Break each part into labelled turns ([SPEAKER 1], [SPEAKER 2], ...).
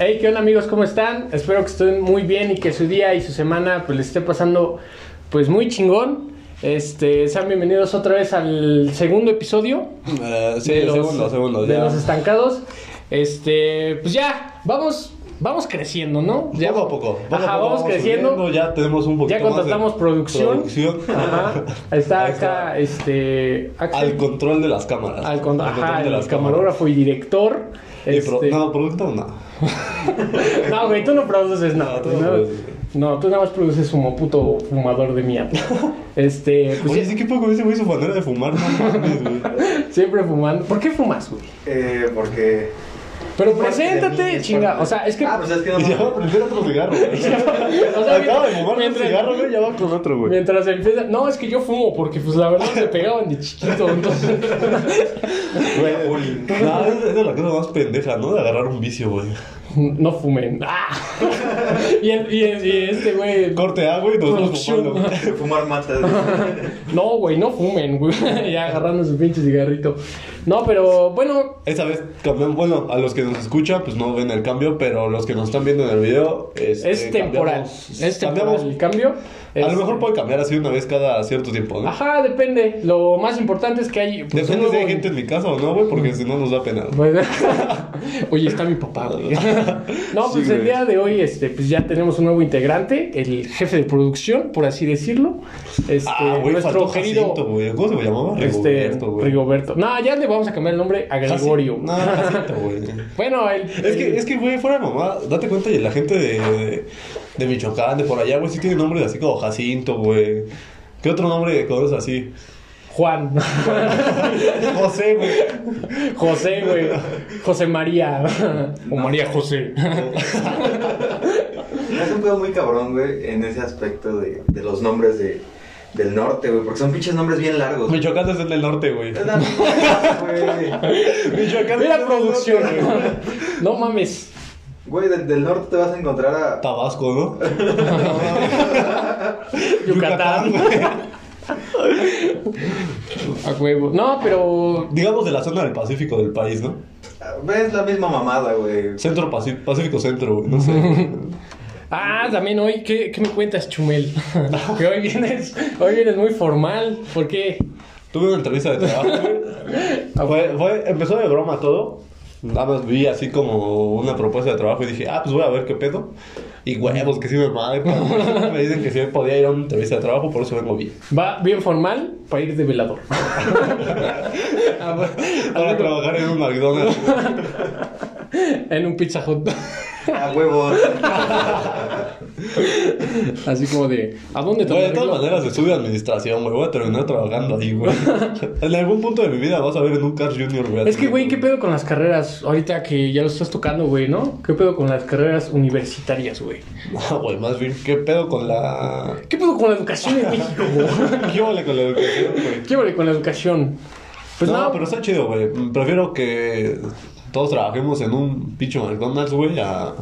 [SPEAKER 1] Hey, ¿qué onda amigos? ¿Cómo están? Espero que estén muy bien y que su día y su semana pues les esté pasando pues muy chingón. Este, sean bienvenidos otra vez al segundo episodio
[SPEAKER 2] Eh, sí, segundo, segundo.
[SPEAKER 1] de
[SPEAKER 2] ya.
[SPEAKER 1] los estancados. Este, pues ya, vamos, vamos creciendo, ¿no? Ya
[SPEAKER 2] poco a poco. poco a
[SPEAKER 1] Ajá,
[SPEAKER 2] poco
[SPEAKER 1] vamos, creciendo.
[SPEAKER 2] subiendo, ya tenemos un poquito
[SPEAKER 1] ya contratamos
[SPEAKER 2] más de
[SPEAKER 1] producción.
[SPEAKER 2] producción.
[SPEAKER 1] Ajá. Ahí está
[SPEAKER 2] Ahí está.
[SPEAKER 1] acá, este,
[SPEAKER 2] Al
[SPEAKER 1] Axel,
[SPEAKER 2] control de las cámaras.
[SPEAKER 1] al, con-
[SPEAKER 2] control
[SPEAKER 1] ajá,
[SPEAKER 2] de
[SPEAKER 1] el
[SPEAKER 2] las cámaras.
[SPEAKER 1] camarógrafo y director.
[SPEAKER 2] Y pro-
[SPEAKER 1] Este,
[SPEAKER 2] No, producto no.
[SPEAKER 1] No, güey, tú no produces nada.
[SPEAKER 2] No, tú
[SPEAKER 1] güey,
[SPEAKER 2] no
[SPEAKER 1] No,
[SPEAKER 2] produces.
[SPEAKER 1] No, tú nada más produces humo, puto fumador de mierda. Este, pues
[SPEAKER 2] Oye,
[SPEAKER 1] sí,
[SPEAKER 2] sí, qué poco ese güey su manera de fumar. No mames, güey.
[SPEAKER 1] siempre fumando. ¿Por qué fumas, güey?
[SPEAKER 3] Eh, porque.
[SPEAKER 1] Pero
[SPEAKER 3] parte de mí,
[SPEAKER 1] preséntate,
[SPEAKER 3] es
[SPEAKER 1] chinga.
[SPEAKER 3] parte-
[SPEAKER 1] O sea, es que.
[SPEAKER 3] Ah, pues es que no
[SPEAKER 2] Y ya va a
[SPEAKER 3] mames.
[SPEAKER 2] prender otro cigarro, güey.
[SPEAKER 1] o sea,
[SPEAKER 2] Acaba de fumar un
[SPEAKER 1] mientras-
[SPEAKER 2] cigarro, güey, ya va con otro, güey.
[SPEAKER 1] Mientras empieza. No, es que yo fumo porque, pues la verdad, me pegaban de chiquito. Entonces.
[SPEAKER 2] Güey, No, esa esa es la cosa más pendeja, ¿no? De agarrar un vicio, güey.
[SPEAKER 1] No fumen. ¡Ah! Y, el- y el- y este, güey.
[SPEAKER 2] Corte A, güey, nos vamos
[SPEAKER 1] Producción.
[SPEAKER 2] fumando.
[SPEAKER 3] Fumar mata.
[SPEAKER 1] No, güey, no fumen, güey. Ya agarrando su pinche cigarrito. No, pero bueno,
[SPEAKER 2] Esta vez, cambiamos- bueno, a los que nos escuchan, pues no ven el cambio, pero los que nos están viendo en el video, este,
[SPEAKER 1] es temporal.
[SPEAKER 2] cambiamos-
[SPEAKER 1] Es temporal.
[SPEAKER 2] cambiamos.
[SPEAKER 1] El cambio. Este,
[SPEAKER 2] A
[SPEAKER 1] es-
[SPEAKER 2] lo mejor puede cambiar así una vez cada cierto tiempo, ¿no?
[SPEAKER 1] Ajá, depende. Lo más importante es que hay. pues,
[SPEAKER 2] Depende
[SPEAKER 1] un
[SPEAKER 2] si hay
[SPEAKER 1] nuevo-
[SPEAKER 2] gente en mi casa o no, güey, porque si no nos da pena.
[SPEAKER 1] Pues, Oye, está mi papá, güey. No,
[SPEAKER 2] Sí,
[SPEAKER 1] pues el
[SPEAKER 2] güey.
[SPEAKER 1] día de hoy, este, pues ya tenemos un nuevo integrante, el jefe de producción, por así decirlo. Este,
[SPEAKER 2] ah, güey,
[SPEAKER 1] nuestro
[SPEAKER 2] faltó
[SPEAKER 1] querido.
[SPEAKER 2] Jacinto, güey. ¿Cómo se llamaba?
[SPEAKER 1] Este,
[SPEAKER 2] Rigoberto, güey.
[SPEAKER 1] Rigoberto. No, ya le vamos a cambiar el nombre a
[SPEAKER 2] Jacinto.
[SPEAKER 1] Gregorio.
[SPEAKER 2] No, Jacinto, güey.
[SPEAKER 1] Bueno, el,
[SPEAKER 2] Es que, es que, güey, fuera de mamá, date cuenta y la gente de, de, de Michoacán, de por allá, güey, sí tiene nombres así como Jacinto, güey. ¿Qué otro nombre conoces así?
[SPEAKER 1] Juan,
[SPEAKER 2] José, güey.
[SPEAKER 1] José, güey. José María. O
[SPEAKER 3] No.
[SPEAKER 1] María José.
[SPEAKER 3] Es un pedo muy cabrón, güey, en ese aspecto de, de los nombres de, del norte, güey. Porque son pinches nombres bien largos. güey.
[SPEAKER 2] Michoacán es el del norte, güey.
[SPEAKER 3] Es la misma, güey.
[SPEAKER 2] Michoacán es
[SPEAKER 1] Mira
[SPEAKER 2] del norte,
[SPEAKER 1] producción.
[SPEAKER 2] güey.
[SPEAKER 1] No mames.
[SPEAKER 3] Güey, del, del norte te vas a encontrar a.
[SPEAKER 2] Tabasco, ¿no?
[SPEAKER 1] Yucatán.
[SPEAKER 2] güey.
[SPEAKER 1] A huevo. No, pero.
[SPEAKER 2] Digamos de la zona del Pacífico del país, ¿no?
[SPEAKER 3] Ves la misma mamada, güey.
[SPEAKER 2] Centro Paci- Pacífico Centro, güey. No sé.
[SPEAKER 1] Ah, también hoy, ¿qué, qué me cuentas, Chumel? que hoy vienes, hoy vienes muy formal. ¿Por qué?
[SPEAKER 2] Tuve una entrevista de trabajo, güey. Fue- fue- empezó de broma todo. Nada más vi así como una propuesta de trabajo y dije, ah, pues voy a ver qué pedo. Y huevos, que sí me manda. Me dicen que sí podía ir a una entrevista de trabajo, por eso vengo bien.
[SPEAKER 1] Va bien formal para ir de velador.
[SPEAKER 2] Ah, Para trabajar en un McDonald's. güey.
[SPEAKER 1] en un pizza hut.
[SPEAKER 3] A huevos.
[SPEAKER 1] Así como de. ¿A dónde te
[SPEAKER 2] Güey, de
[SPEAKER 1] arreglo?
[SPEAKER 2] todas maneras, estudio administración, güey. Voy a terminar trabajando ahí, güey. En algún punto de mi vida vas a ver en un Cars Junior, güey.
[SPEAKER 1] Es que, güey, ¿qué pedo con las carreras? Ahorita que ya lo estás tocando, güey, ¿no? ¿Qué pedo con las carreras universitarias, güey?
[SPEAKER 2] No, güey, más bien, ¿qué pedo con la.
[SPEAKER 1] ¿Qué pedo con la educación en México, güey?
[SPEAKER 2] ¿Qué vale con la educación, güey?
[SPEAKER 1] ¿Qué vale con la educación? Pues
[SPEAKER 2] no,
[SPEAKER 1] no,
[SPEAKER 2] pero está chido, güey. Prefiero que todos trabajemos en un pincho McDonald's, güey, a...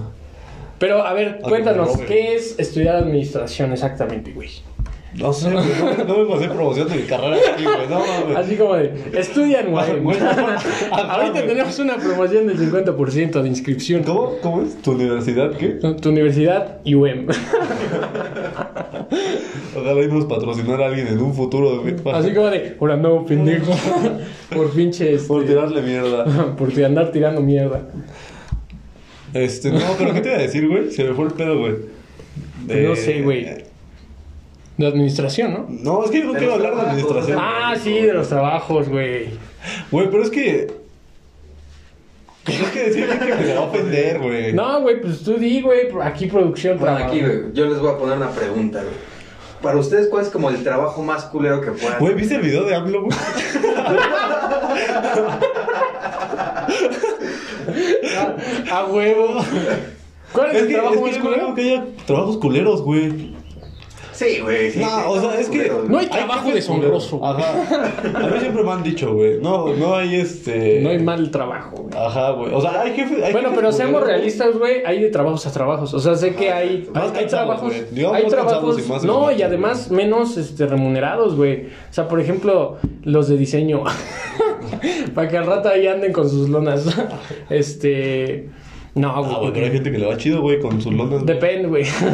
[SPEAKER 1] Pero a ver, cuéntanos,
[SPEAKER 2] Robert.
[SPEAKER 1] ¿qué es estudiar administración exactamente, güey?
[SPEAKER 2] No sé, güey, no, no vengo a hacer promoción de mi carrera aquí, güey. No, mames.
[SPEAKER 1] Así como de, estudian,
[SPEAKER 2] Ah,
[SPEAKER 1] güey.
[SPEAKER 2] güey.
[SPEAKER 1] Ahorita tenemos una promoción del 50% de inscripción.
[SPEAKER 2] ¿Cómo, ¿Cómo es tu universidad? ¿Qué?
[SPEAKER 1] Tu universidad, UM.
[SPEAKER 2] Ojalá y nos patrocinar a alguien en un futuro, güey. para-
[SPEAKER 1] Así como de, ahora no, pendejo. Por pinche este,
[SPEAKER 2] Por tirarle mierda.
[SPEAKER 1] Por ti- andar tirando mierda.
[SPEAKER 2] Este, no, pero ¿qué te iba a decir, güey? Se me fue el pedo, güey. De-
[SPEAKER 1] No sé, güey. De administración, ¿no?
[SPEAKER 2] No, es que yo no
[SPEAKER 3] De
[SPEAKER 2] quiero
[SPEAKER 3] los
[SPEAKER 2] hablar de
[SPEAKER 3] trabajos,
[SPEAKER 2] administración.
[SPEAKER 3] de-
[SPEAKER 1] Ah, sí, de los trabajos, güey.
[SPEAKER 2] Güey, pero es que... Es que decirle que me va a ofender, güey.
[SPEAKER 1] No, güey, pues tú di, güey, aquí producción.
[SPEAKER 3] Bueno,
[SPEAKER 1] traba-
[SPEAKER 3] aquí, güey, yo les voy a poner una pregunta, güey. Para ustedes, ¿cuál es como el trabajo más culero que puedan?
[SPEAKER 2] Güey, ¿viste el video de AMLO, güey?
[SPEAKER 1] A huevo. ¿Cuál es,
[SPEAKER 2] Es
[SPEAKER 1] el
[SPEAKER 2] que,
[SPEAKER 1] trabajo
[SPEAKER 2] es que
[SPEAKER 1] más
[SPEAKER 2] yo
[SPEAKER 1] culero?
[SPEAKER 2] creo que haya trabajos culeros, güey.
[SPEAKER 3] Sí, güey. sí,
[SPEAKER 2] No,
[SPEAKER 3] sí,
[SPEAKER 2] o sea, es que-
[SPEAKER 3] culero,
[SPEAKER 1] No hay
[SPEAKER 3] güey.
[SPEAKER 1] trabajo
[SPEAKER 2] jefes
[SPEAKER 1] deshonroso.
[SPEAKER 2] culeros. Ajá. A mí siempre me han dicho, güey. No, no hay este.
[SPEAKER 1] No hay mal trabajo. güey.
[SPEAKER 2] Ajá, güey. O sea, hay jefes. hay
[SPEAKER 1] Bueno,
[SPEAKER 2] jefes
[SPEAKER 1] pero seamos
[SPEAKER 2] culeros, güey.
[SPEAKER 1] realistas, güey. Hay de trabajos a trabajos. O sea, sé que hay,
[SPEAKER 2] Ah, Más
[SPEAKER 1] hay, hay
[SPEAKER 2] cansados,
[SPEAKER 1] trabajos.
[SPEAKER 2] güey. Digamos,
[SPEAKER 1] hay
[SPEAKER 2] más cansados
[SPEAKER 1] trabajos.
[SPEAKER 2] y más
[SPEAKER 1] no, y
[SPEAKER 2] remunerados,
[SPEAKER 1] además menos este, remunerados, güey. O sea, por ejemplo, los de diseño. Para que al rato ahí anden con sus lonas. este. No, güey.
[SPEAKER 2] Ah, güey, pero hay gente que le va chido, güey, con sus lonas.
[SPEAKER 1] Depende, güey.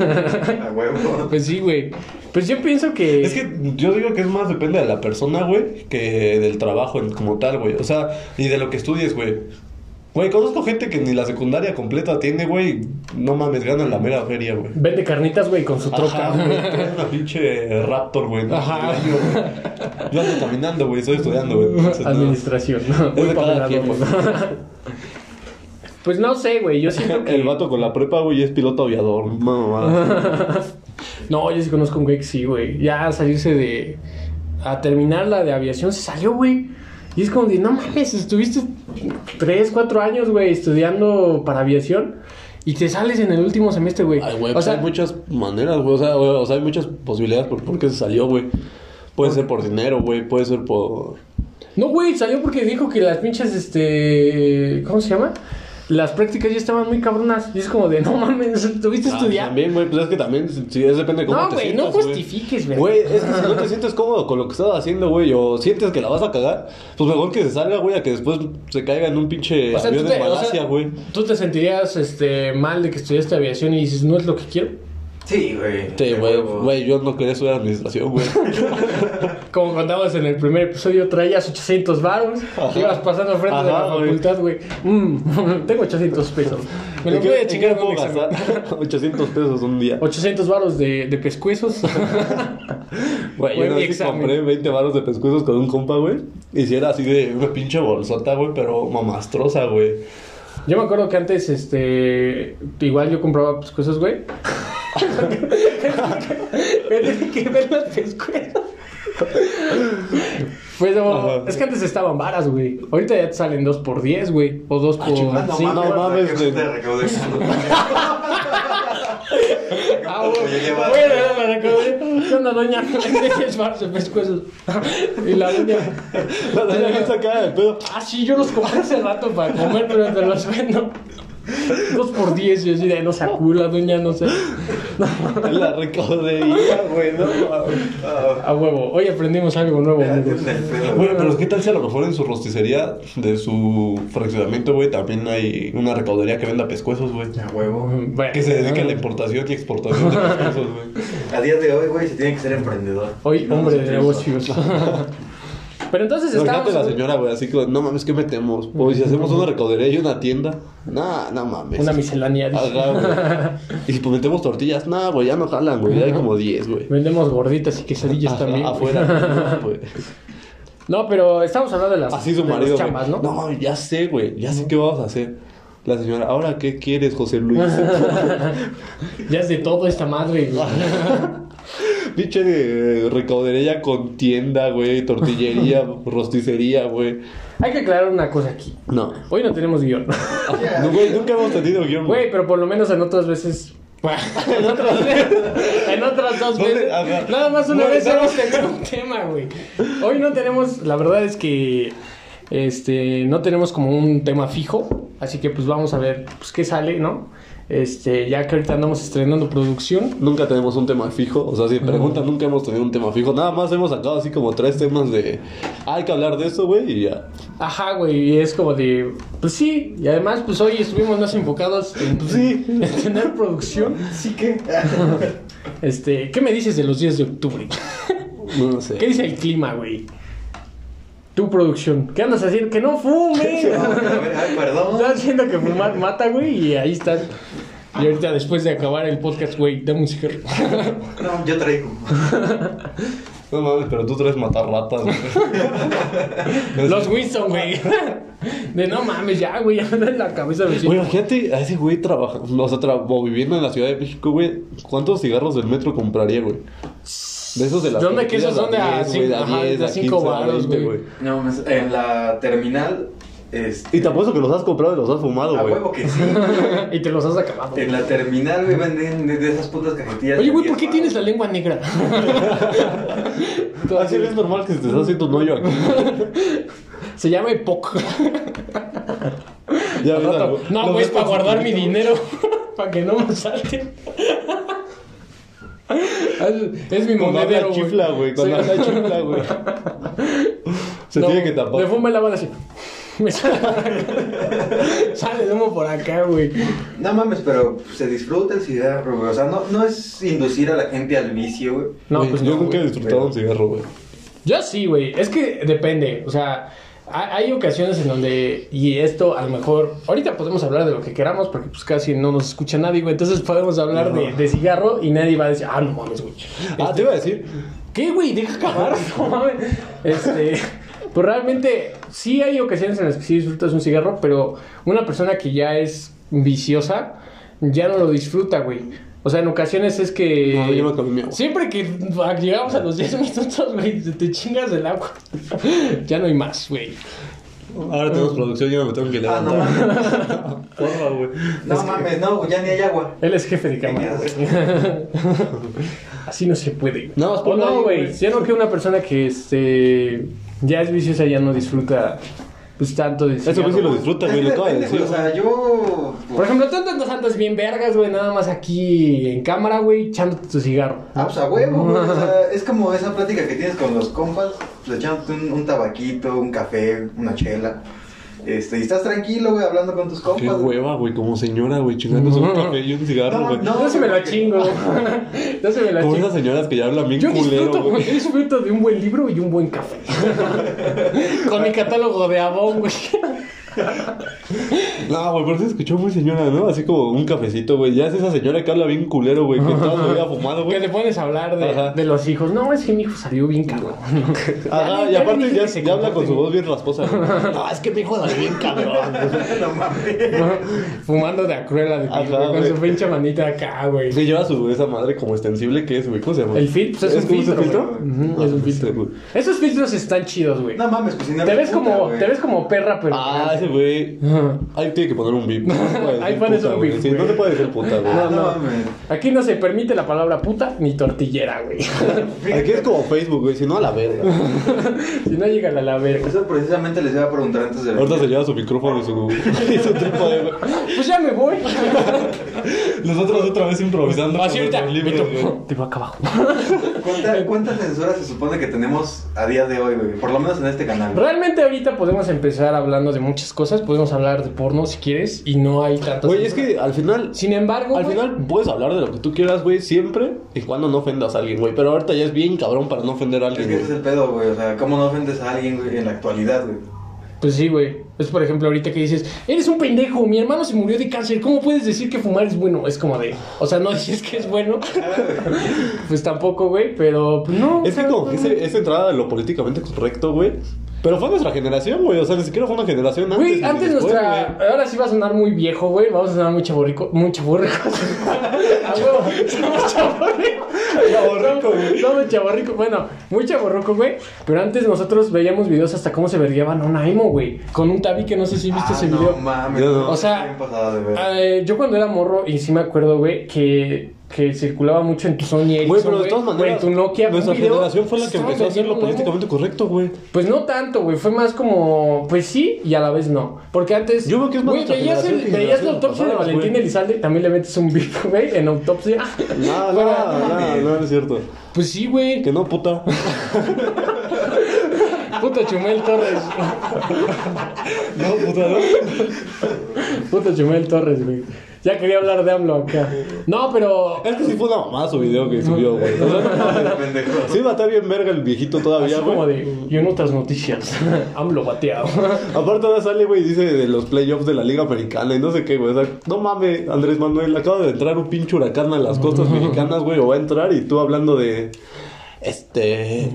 [SPEAKER 3] A huevo.
[SPEAKER 1] pues sí, güey. Pues yo pienso que.
[SPEAKER 2] Es que yo digo que es más depende de la persona, güey, que del trabajo en- como tal, güey. O sea, y de lo que estudies, güey. Güey, conozco gente que ni la secundaria completa tiene, güey. No mames, ganan la mera feria, güey.
[SPEAKER 1] Vende carnitas, güey, con su troca.
[SPEAKER 2] Ajá, güey. traen una pinche Raptor, güey. ¿no?
[SPEAKER 1] Ajá.
[SPEAKER 2] Yo ando caminando, güey. Estoy estudiando, güey. Entonces, no.
[SPEAKER 1] Administración. ¿no?
[SPEAKER 2] de
[SPEAKER 1] Voy pa'
[SPEAKER 2] cada quien,
[SPEAKER 1] velador, güey. Pues no sé, güey. Yo siento que.
[SPEAKER 2] El vato con la prepa, güey, es piloto aviador. Mamá.
[SPEAKER 1] No, yo sí conozco un güey que sí, güey. Ya a salirse de. A terminar la de aviación se salió, güey. Y es como de, no mames, estuviste 3, 4 años, güey, estudiando para aviación. Y te sales en el último semestre, güey.
[SPEAKER 2] Ay, güey,
[SPEAKER 1] o
[SPEAKER 2] pues
[SPEAKER 1] sea,
[SPEAKER 2] hay muchas maneras, güey. O sea, güey, o sea, hay muchas posibilidades por, por qué se salió, güey. Puede ser por dinero, güey. Puede ser por...
[SPEAKER 1] No, güey, salió porque dijo que las pinches, este. ¿Cómo se llama? Las prácticas ya estaban muy cabronas. Y es como de, no mames, estuviste
[SPEAKER 2] Ah,
[SPEAKER 1] estudiando.
[SPEAKER 2] También, güey, pues es que también, si si es depende de cómo
[SPEAKER 1] No,
[SPEAKER 2] te
[SPEAKER 1] güey,
[SPEAKER 2] sientas,
[SPEAKER 1] no justifiques, güey.
[SPEAKER 2] Güey, es que si no te sientes cómodo con lo que estás haciendo, güey, o sientes que la vas a cagar, pues mejor que se salga, güey, a que después se caiga en un pinche
[SPEAKER 1] O sea, tú
[SPEAKER 2] avión de
[SPEAKER 1] te, o sea,
[SPEAKER 2] Malasia, güey.
[SPEAKER 1] tú te sentirías este, mal de que estudiaste aviación y dices, no es lo que quiero.
[SPEAKER 3] Sí, güey.
[SPEAKER 2] Sí,
[SPEAKER 3] De
[SPEAKER 2] güey,
[SPEAKER 3] huevo.
[SPEAKER 2] güey, yo no quería estudiar administración, güey.
[SPEAKER 1] Como contabas en el primer episodio, traías 800 baros,
[SPEAKER 2] Ajá.
[SPEAKER 1] ibas pasando frente de la
[SPEAKER 2] Ajá, güey.
[SPEAKER 1] facultad, güey. Mm, tengo 800 pesos. Me lo
[SPEAKER 2] ¿En qué-
[SPEAKER 1] voy a
[SPEAKER 2] en
[SPEAKER 1] chingar
[SPEAKER 2] qué ah?
[SPEAKER 1] en un
[SPEAKER 2] puedo
[SPEAKER 1] examen.
[SPEAKER 2] gastar 800 pesos un día.
[SPEAKER 1] 800 baros de, de pescuezos. Güey,
[SPEAKER 2] Güey, yo
[SPEAKER 1] mi
[SPEAKER 2] una vez que
[SPEAKER 1] examen.
[SPEAKER 2] compré 20 varos de pescuezos con un compa, güey. Y si era así de una pinche bolsota, güey, pero mamastrosa, güey.
[SPEAKER 1] Yo me acuerdo que antes, este, igual yo compraba pescuezos, güey. Me tiene que ver las pescuezos. Pues
[SPEAKER 2] Ajá.
[SPEAKER 1] no, es que antes estaban varas, güey. Ahorita ya te salen dos por 10, güey. O dos por
[SPEAKER 3] Ah, no,
[SPEAKER 1] 5.
[SPEAKER 2] no mames,
[SPEAKER 3] mames,
[SPEAKER 2] güey.
[SPEAKER 3] de recaudación.
[SPEAKER 1] Ah, bueno,
[SPEAKER 3] Oye, lleva-
[SPEAKER 1] bueno, ya me recordé. ¿Qué onda, doña? Es bar de pescuezos. Y la doña.
[SPEAKER 2] La doña bien sacada de pedo.
[SPEAKER 1] Ah, sí, yo los compré hace rato para comer, pero te los vendo. Dos por diez, y yo así de no se acula, doña, no sé.
[SPEAKER 2] La recaudería, güey, no mames.
[SPEAKER 3] Ah,
[SPEAKER 1] A huevo, hoy aprendimos algo nuevo, amigos.
[SPEAKER 3] en el pelo.
[SPEAKER 2] Güey, pero ¿qué tal si a lo mejor en su rosticería de su fraccionamiento, güey, también hay una recaudería que venda pescuezos, güey?
[SPEAKER 3] A huevo.
[SPEAKER 1] Bueno,
[SPEAKER 2] Que se dedica a la importación y exportación de pescuezos, güey.
[SPEAKER 3] A día de hoy, güey, se tiene que ser emprendedor.
[SPEAKER 1] Hoy,
[SPEAKER 3] No,
[SPEAKER 1] hombre
[SPEAKER 3] no
[SPEAKER 1] de
[SPEAKER 3] sé
[SPEAKER 1] negocios. Pero entonces estábamos.
[SPEAKER 2] Imagínate la señora, güey, así que, no mames, ¿qué metemos? Pues si hacemos una recaudería y una tienda, nah, no mames.
[SPEAKER 1] Una miscelánea. dice.
[SPEAKER 2] Ajá, güey. Y si pues, metemos tortillas, nah, güey, ya no jalan, güey, ya hay como 10, güey.
[SPEAKER 1] Vendemos gorditas y quesadillas
[SPEAKER 2] Ajá,
[SPEAKER 1] también. güey.
[SPEAKER 2] Afuera, güey.
[SPEAKER 1] No, pero estamos hablando de las,
[SPEAKER 2] Así su
[SPEAKER 1] de las
[SPEAKER 2] marido. güey,
[SPEAKER 1] chambas, ¿no?
[SPEAKER 2] No, ya sé, güey. Ya sé qué vamos a hacer. La señora, ¿ahora qué quieres, José Luis?
[SPEAKER 1] Ya es de todo esta madre, güey.
[SPEAKER 2] Pinche de recaudería con tienda, güey. Tortillería, rosticería, güey.
[SPEAKER 1] Hay que aclarar una cosa aquí.
[SPEAKER 2] No.
[SPEAKER 1] Hoy no tenemos guión.
[SPEAKER 2] No, güey, nunca hemos tenido guión,
[SPEAKER 1] Güey, pero por lo menos en otras veces. en otras veces. En otras dos
[SPEAKER 2] ¿Dónde?
[SPEAKER 1] veces.
[SPEAKER 2] Ajá.
[SPEAKER 1] Nada más una
[SPEAKER 2] Güey,
[SPEAKER 1] vez
[SPEAKER 2] nada
[SPEAKER 1] hemos
[SPEAKER 2] más-
[SPEAKER 1] tenido un tema, güey. Hoy no tenemos. La verdad es que. Este. No tenemos como un tema fijo. Así que pues vamos a ver pues, qué sale, ¿no? Este. Ya que ahorita andamos estrenando producción.
[SPEAKER 2] Nunca tenemos un tema fijo. O sea, si preguntan, nunca hemos tenido un tema fijo. Nada más hemos sacado así como tres temas de. "Ah, Hay que hablar de eso, güey, y ya.
[SPEAKER 1] Ajá, güey. Y es como de. Pues sí. Y además, pues hoy estuvimos más enfocados en,
[SPEAKER 2] Sí.
[SPEAKER 1] en tener producción.
[SPEAKER 3] Sí que.
[SPEAKER 1] Este. ¿Qué me dices de los 10 de octubre?
[SPEAKER 2] No, no sé.
[SPEAKER 1] ¿Qué dice el clima, güey? Tu producción. ¿Qué andas haciendo? ¡Que no fume!
[SPEAKER 3] A ver, ay, perdón.
[SPEAKER 1] Estás haciendo que fumar mata, güey, y ahí estás. Y ahorita, después de acabar el podcast, güey, dame un cigarro.
[SPEAKER 3] No, yo traigo.
[SPEAKER 2] No mames, pero tú traes matarratas, güey.
[SPEAKER 1] Los Winston, güey. De no mames, ya, güey, ya me da en la cabeza. me
[SPEAKER 2] Güey,
[SPEAKER 1] siento-
[SPEAKER 2] imagínate a ese güey trabajando, o sea, tra- o viviendo en la Ciudad de México, güey. ¿Cuántos cigarros del metro compraría, güey? De esos de las
[SPEAKER 1] ¿Dónde que esos son de a
[SPEAKER 2] tortillas, güey,
[SPEAKER 1] cinco- ajá, de a cinco
[SPEAKER 2] 15,
[SPEAKER 1] varos,
[SPEAKER 2] 20,
[SPEAKER 1] güey.
[SPEAKER 3] No, pues, en la terminal. Este,
[SPEAKER 2] Y te apuesto que los has comprado y los has fumado,
[SPEAKER 3] A
[SPEAKER 2] güey.
[SPEAKER 3] huevo que sí.
[SPEAKER 1] Y te los has acabado.
[SPEAKER 3] En la terminal, güey, venden de, de esas putas cajetillas.
[SPEAKER 1] Oye,
[SPEAKER 3] de
[SPEAKER 1] güey, ¿por qué
[SPEAKER 3] 10
[SPEAKER 1] tienes la
[SPEAKER 3] baros.
[SPEAKER 1] lengua negra? Tú
[SPEAKER 2] Así
[SPEAKER 1] así-
[SPEAKER 2] es normal que se te está haciendo un hoyo aquí.
[SPEAKER 1] Se llama EPOC.
[SPEAKER 2] Ya,
[SPEAKER 1] Al
[SPEAKER 2] ves,
[SPEAKER 1] rato,
[SPEAKER 2] algo-
[SPEAKER 1] No,
[SPEAKER 2] lo
[SPEAKER 1] güey,
[SPEAKER 2] ves
[SPEAKER 1] es para
[SPEAKER 2] con su
[SPEAKER 1] guardar mi
[SPEAKER 2] culito, güey.
[SPEAKER 1] dinero. para que no me salte. Es- Es mi
[SPEAKER 2] Cuando habla
[SPEAKER 1] monedero, güey.
[SPEAKER 2] chifla, güey.
[SPEAKER 1] Sí.
[SPEAKER 2] Cuando habla chifla, güey. Se
[SPEAKER 1] No,
[SPEAKER 2] tiene que tapar.
[SPEAKER 1] Le fuma la bala así. Me sale, sale humo por acá, güey.
[SPEAKER 3] No mames, pero se disfruta el cigarro, güey. O sea, no, no es inducir a la gente al vicio, güey.
[SPEAKER 1] No,
[SPEAKER 2] Güey,
[SPEAKER 1] pues
[SPEAKER 2] yo
[SPEAKER 1] no,
[SPEAKER 2] nunca he
[SPEAKER 1] güey.
[SPEAKER 2] disfrutado un cigarro, güey.
[SPEAKER 1] Yo sí, güey. Es que depende. O sea, ha- hay ocasiones en donde. Y esto, a lo mejor. Ahorita podemos hablar de lo que queramos porque, pues, casi no nos escucha nadie, güey. Entonces podemos hablar de, de cigarro y nadie va a decir, ah, no mames, güey.
[SPEAKER 2] Ah, te iba a decir.
[SPEAKER 1] ¿Qué, güey? Deja acabar, no mames. Este. Pues realmente, sí hay ocasiones en las que sí disfrutas un cigarro, pero una persona que ya es viciosa ya no lo disfruta, güey. O sea, en ocasiones es que.
[SPEAKER 2] No, yo me acabé mi agua.
[SPEAKER 1] Siempre que llegamos a los 10 minutos, güey, te- te chingas el agua. ya no hay más, güey.
[SPEAKER 2] Ahora tenemos producción, yo me tengo que
[SPEAKER 3] Ah, no
[SPEAKER 2] levantar.
[SPEAKER 3] mames.
[SPEAKER 2] Porfa, güey.
[SPEAKER 3] No mames, no, güey, ya ni hay agua.
[SPEAKER 1] Él es jefe de cámara. güey. Así no se puede. güey.
[SPEAKER 2] No, es por
[SPEAKER 1] O no,
[SPEAKER 2] nadie,
[SPEAKER 1] güey.
[SPEAKER 2] güey.
[SPEAKER 1] Sino que una persona que este ya es viciosa ya no disfruta pues tanto de
[SPEAKER 2] Eso güey sí
[SPEAKER 1] cigarro.
[SPEAKER 2] lo disfruta, güey, lo acaba de
[SPEAKER 3] Depende,
[SPEAKER 2] decir.
[SPEAKER 3] güey, Este O sea, yo.
[SPEAKER 1] Por ejemplo, tú andas andas bien vergas, güey, nada más aquí en cámara, güey, echándote tu cigarro.
[SPEAKER 3] Ah, pues a huevo, güey. O sea, es como esa plática que tienes con los compas, pues, echándote un, un tabaquito, un café, una chela. Este, y estás tranquilo, güey, hablando con tus compas.
[SPEAKER 2] Qué hueva, güey, como señora, güey, chingándose un café y un cigarro,
[SPEAKER 3] No,
[SPEAKER 2] güey.
[SPEAKER 3] no.
[SPEAKER 1] No se me la chingo. No se me la
[SPEAKER 2] Como esas
[SPEAKER 1] chingo.
[SPEAKER 2] señoras que ya hablan bien
[SPEAKER 1] Yo
[SPEAKER 2] culero,
[SPEAKER 1] disfruto, güey.
[SPEAKER 2] güey.
[SPEAKER 1] Yo disfruto de un buen libro y un buen café. Con mi catálogo de Avon, güey.
[SPEAKER 2] No, güey, pero se escuchó muy señora, ¿no? Así como un cafecito, güey. Ya es esa señora que habla bien culero, güey, que todo lo había fumado,
[SPEAKER 1] Que
[SPEAKER 2] güey.
[SPEAKER 1] te pones a hablar de,
[SPEAKER 2] Ajá.
[SPEAKER 1] de los hijos. No, es que mi hijo salió bien cabrón. Ya
[SPEAKER 2] Ajá,
[SPEAKER 1] le-
[SPEAKER 2] y
[SPEAKER 1] ya le
[SPEAKER 2] aparte
[SPEAKER 1] dije
[SPEAKER 2] ya,
[SPEAKER 1] que se
[SPEAKER 2] ya habla con
[SPEAKER 1] comporte
[SPEAKER 2] su voz bien rasposa. güey. No, es que mi hijo salió bien cabrón.
[SPEAKER 3] no mames.
[SPEAKER 1] bien. Fumando de acruela de ti,
[SPEAKER 2] Ajá,
[SPEAKER 1] güey, con
[SPEAKER 2] güey.
[SPEAKER 1] su pinche manita acá, güey.
[SPEAKER 2] Que lleva su, esa madre como extensible que es, güey. ¿Cómo se llama?
[SPEAKER 1] El filtro, pues, es, un
[SPEAKER 2] como
[SPEAKER 1] filtro. güey.
[SPEAKER 2] ese
[SPEAKER 1] Ujú, es un
[SPEAKER 2] Ah,
[SPEAKER 1] filtro.
[SPEAKER 2] este, güey.
[SPEAKER 1] Esos filtros están chidos, güey.
[SPEAKER 3] No mames, pues si no
[SPEAKER 1] te
[SPEAKER 3] eres
[SPEAKER 1] ves
[SPEAKER 3] puta,
[SPEAKER 1] como,
[SPEAKER 3] güey.
[SPEAKER 1] te ves como perra, pero.
[SPEAKER 2] Ah, ese güey.
[SPEAKER 1] Ajá.
[SPEAKER 2] Ahí tiene que poner un bip.
[SPEAKER 1] Ahí pones un bip,
[SPEAKER 2] Sí,
[SPEAKER 1] güey.
[SPEAKER 2] no te puede decir puta, güey.
[SPEAKER 3] Ah,
[SPEAKER 1] no.
[SPEAKER 3] no, mames.
[SPEAKER 1] Aquí no se permite la palabra puta ni tortillera, güey.
[SPEAKER 2] Aquí es como Facebook, güey. Si no, a la verga.
[SPEAKER 1] si no llega a la verga.
[SPEAKER 3] Eso precisamente les iba a preguntar antes de
[SPEAKER 2] Ahorita
[SPEAKER 3] venir.
[SPEAKER 2] se lleva su micrófono y su, y su trípode, güey.
[SPEAKER 1] Pues ya me voy.
[SPEAKER 2] Nosotros otra vez improvisando.
[SPEAKER 1] Así
[SPEAKER 2] Pues con
[SPEAKER 1] ahorita.
[SPEAKER 2] nuestros libros,
[SPEAKER 1] Beto,
[SPEAKER 2] güey.
[SPEAKER 1] Te voy acá abajo.
[SPEAKER 3] ¿Cuánta- ¿Cuántas censuras se supone que tenemos a día de hoy, güey? Por lo menos en este canal. güey.
[SPEAKER 1] Realmente ahorita podemos empezar hablando de muchas cosas. Podemos hablar de porno si quieres. Y no hay tantas.
[SPEAKER 2] Güey, es que al final.
[SPEAKER 1] Sin embargo,
[SPEAKER 2] Al
[SPEAKER 1] güey,
[SPEAKER 2] final puedes hablar de lo que tú quieras, güey, siempre y cuando no ofendas a alguien, güey. Pero ahorita ya es bien cabrón para no ofender a
[SPEAKER 3] Es
[SPEAKER 2] alguien,
[SPEAKER 3] que ese es
[SPEAKER 2] güey.
[SPEAKER 3] el pedo, güey. O sea, ¿cómo no ofendes a alguien, güey, en la actualidad, güey?
[SPEAKER 1] Pues sí, güey. Es por ejemplo ahorita que dices, eres un pendejo, mi hermano se murió de cáncer, ¿cómo puedes decir que fumar es bueno? Es como de, o sea, no dices que es bueno. pues tampoco, güey, pero pues, no. o
[SPEAKER 2] Es que
[SPEAKER 1] sea,
[SPEAKER 2] como que eh,
[SPEAKER 1] no,
[SPEAKER 2] ese- esa entrada de lo políticamente correcto, güey. Pero fue nuestra generación, güey. O sea, ni siquiera fue una generación antes.
[SPEAKER 1] Güey,
[SPEAKER 2] ni
[SPEAKER 1] antes
[SPEAKER 2] después,
[SPEAKER 1] nuestra.
[SPEAKER 2] güey.
[SPEAKER 1] Ahora sí va a sonar muy viejo, güey. Vamos a sonar muy chaborrico. Muy chaborrico. a huevo. Somos chaborrico.
[SPEAKER 2] Chaborrico, güey.
[SPEAKER 1] Somos chaborrico. Bueno, muy chaborroco, güey. Pero antes nosotros veíamos videos hasta cómo se vergueaba Nonaimo, güey. Con un tabi que no sé si viste
[SPEAKER 3] Ah,
[SPEAKER 1] ese
[SPEAKER 3] no
[SPEAKER 1] video.
[SPEAKER 3] mames.
[SPEAKER 2] Yo no.
[SPEAKER 3] no,
[SPEAKER 1] O sea,
[SPEAKER 3] bien pasada de ver.
[SPEAKER 1] Ah, eh, yo cuando era morro, y sí me acuerdo, güey, que, que circulaba mucho en tu Sony Ericsson,
[SPEAKER 2] Güey, pero de todas maneras,
[SPEAKER 1] güey, tu Nokia,
[SPEAKER 2] nuestra
[SPEAKER 1] un video,
[SPEAKER 2] generación fue la que
[SPEAKER 1] estaban
[SPEAKER 2] empezó a hacer lo
[SPEAKER 1] vendiendo, ¿no?
[SPEAKER 2] políticamente correcto, güey.
[SPEAKER 1] Pues no tanto, güey, fue más como, pues sí, y a la vez no. Porque antes,
[SPEAKER 2] Yo veo que es más
[SPEAKER 1] güey,
[SPEAKER 2] nuestra
[SPEAKER 1] veías, el-
[SPEAKER 2] generación que
[SPEAKER 1] veías la
[SPEAKER 2] generaciones
[SPEAKER 1] autopsia de
[SPEAKER 2] pasadas,
[SPEAKER 1] Valentín
[SPEAKER 2] güey.
[SPEAKER 1] Elizalde, también le metes un beat, güey, en autopsia.
[SPEAKER 2] No, no,
[SPEAKER 1] Fuera,
[SPEAKER 2] no, no, no, es cierto.
[SPEAKER 1] Pues sí, güey,
[SPEAKER 2] Que no, puta.
[SPEAKER 1] puta Chumel Torres,
[SPEAKER 2] No, puta, no.
[SPEAKER 1] puta Chumel Torres, güey. Ya quería hablar de AMLO acá. No, pero...
[SPEAKER 2] Es que sí fue una mamada su video que subió, güey. O sea,
[SPEAKER 3] Pendejo.
[SPEAKER 2] sí va a estar bien verga el viejito
[SPEAKER 1] Así
[SPEAKER 2] todavía,
[SPEAKER 1] como
[SPEAKER 2] güey.
[SPEAKER 1] de, y en otras noticias, AMLO bateado.
[SPEAKER 2] Aparte ahora sale, güey, y dice de los playoffs de la Liga Americana y no sé qué, güey. O sea, no mames, Andrés Manuel, acaba de entrar un pinche huracán a las costas mexicanas, güey, o va a entrar y tú hablando de, este,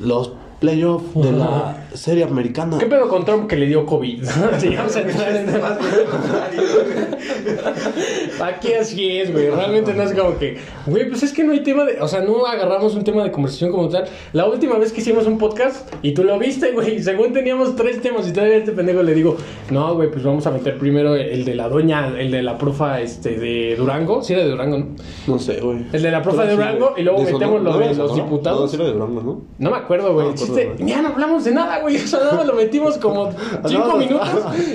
[SPEAKER 2] los playoffs de la serie americana.
[SPEAKER 1] ¿Qué pedo con Trump que le dio COVID? Sí, vamos a entrar en-
[SPEAKER 3] Este, Más que el contrario, güey.
[SPEAKER 1] Aquí así es, güey. Realmente no es como que, güey, pues es que no hay tema de, o sea, no agarramos un tema de conversación como tal. La última vez que hicimos un podcast y tú lo viste, güey, según teníamos tres temas y todavía este pendejo le digo, no, güey, pues vamos a meter primero el de la doña, el de la profa, este, de Durango, sí era de Durango, ¿no?
[SPEAKER 2] No sé, güey.
[SPEAKER 1] El de la profa de
[SPEAKER 2] Pero sí,
[SPEAKER 1] Durango
[SPEAKER 2] güey.
[SPEAKER 1] y luego
[SPEAKER 2] ¿De
[SPEAKER 1] metemos
[SPEAKER 2] Sonora?
[SPEAKER 1] lo
[SPEAKER 2] ¿No
[SPEAKER 1] de
[SPEAKER 2] era
[SPEAKER 1] los
[SPEAKER 2] Sonora? No,
[SPEAKER 1] diputados.
[SPEAKER 2] sí era de Durango, ¿no?
[SPEAKER 1] No me acuerdo, güey.
[SPEAKER 2] No me acuerdo.
[SPEAKER 1] Sí dijiste, ya no hablamos de nada, güey. O sea, nada más lo metimos como cinco minutos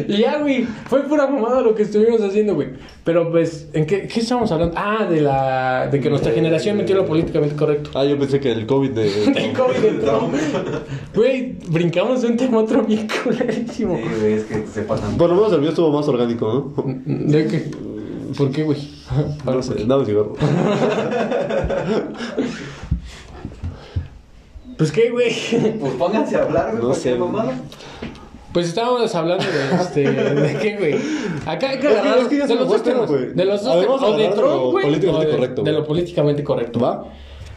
[SPEAKER 1] y ya, güey. Fue pura mamada lo que estuvimos haciendo, güey. Pero pues, ¿en qué, qué estábamos hablando? Ah, de la de que nuestra generación metió lo políticamente correcto.
[SPEAKER 2] Ah, yo pensé que el COVID de.
[SPEAKER 1] El COVID de Trump. Güey, brincamos de un tema a otro bien culerísimo.
[SPEAKER 3] Sí, güey, es que se pasan.
[SPEAKER 2] Por lo menos el mío estuvo más orgánico, ¿no?
[SPEAKER 1] ¿De qué? ¿Por qué, güey?
[SPEAKER 2] No sé, dame un cigarro.
[SPEAKER 1] Pues qué, güey.
[SPEAKER 3] Pues pónganse a hablar, güey,
[SPEAKER 2] No sé,
[SPEAKER 3] cualquier
[SPEAKER 2] güey.
[SPEAKER 3] mamada.
[SPEAKER 1] Pues estábamos hablando de este. ¿De qué, güey? Acá hay que
[SPEAKER 2] Es que-
[SPEAKER 1] agarrar
[SPEAKER 2] es que ya
[SPEAKER 1] de
[SPEAKER 2] se me
[SPEAKER 1] los dos
[SPEAKER 2] fue el tema,
[SPEAKER 1] temas.
[SPEAKER 2] güey.
[SPEAKER 1] De los
[SPEAKER 2] A
[SPEAKER 1] dos
[SPEAKER 2] ver,
[SPEAKER 1] temas.
[SPEAKER 2] vamos a
[SPEAKER 1] O de
[SPEAKER 2] hablar de
[SPEAKER 1] Trump,
[SPEAKER 2] lo
[SPEAKER 1] güey.
[SPEAKER 2] políticamente
[SPEAKER 1] o de-
[SPEAKER 2] correcto,
[SPEAKER 1] De
[SPEAKER 2] güey.
[SPEAKER 1] lo políticamente correcto.
[SPEAKER 2] ¿Va?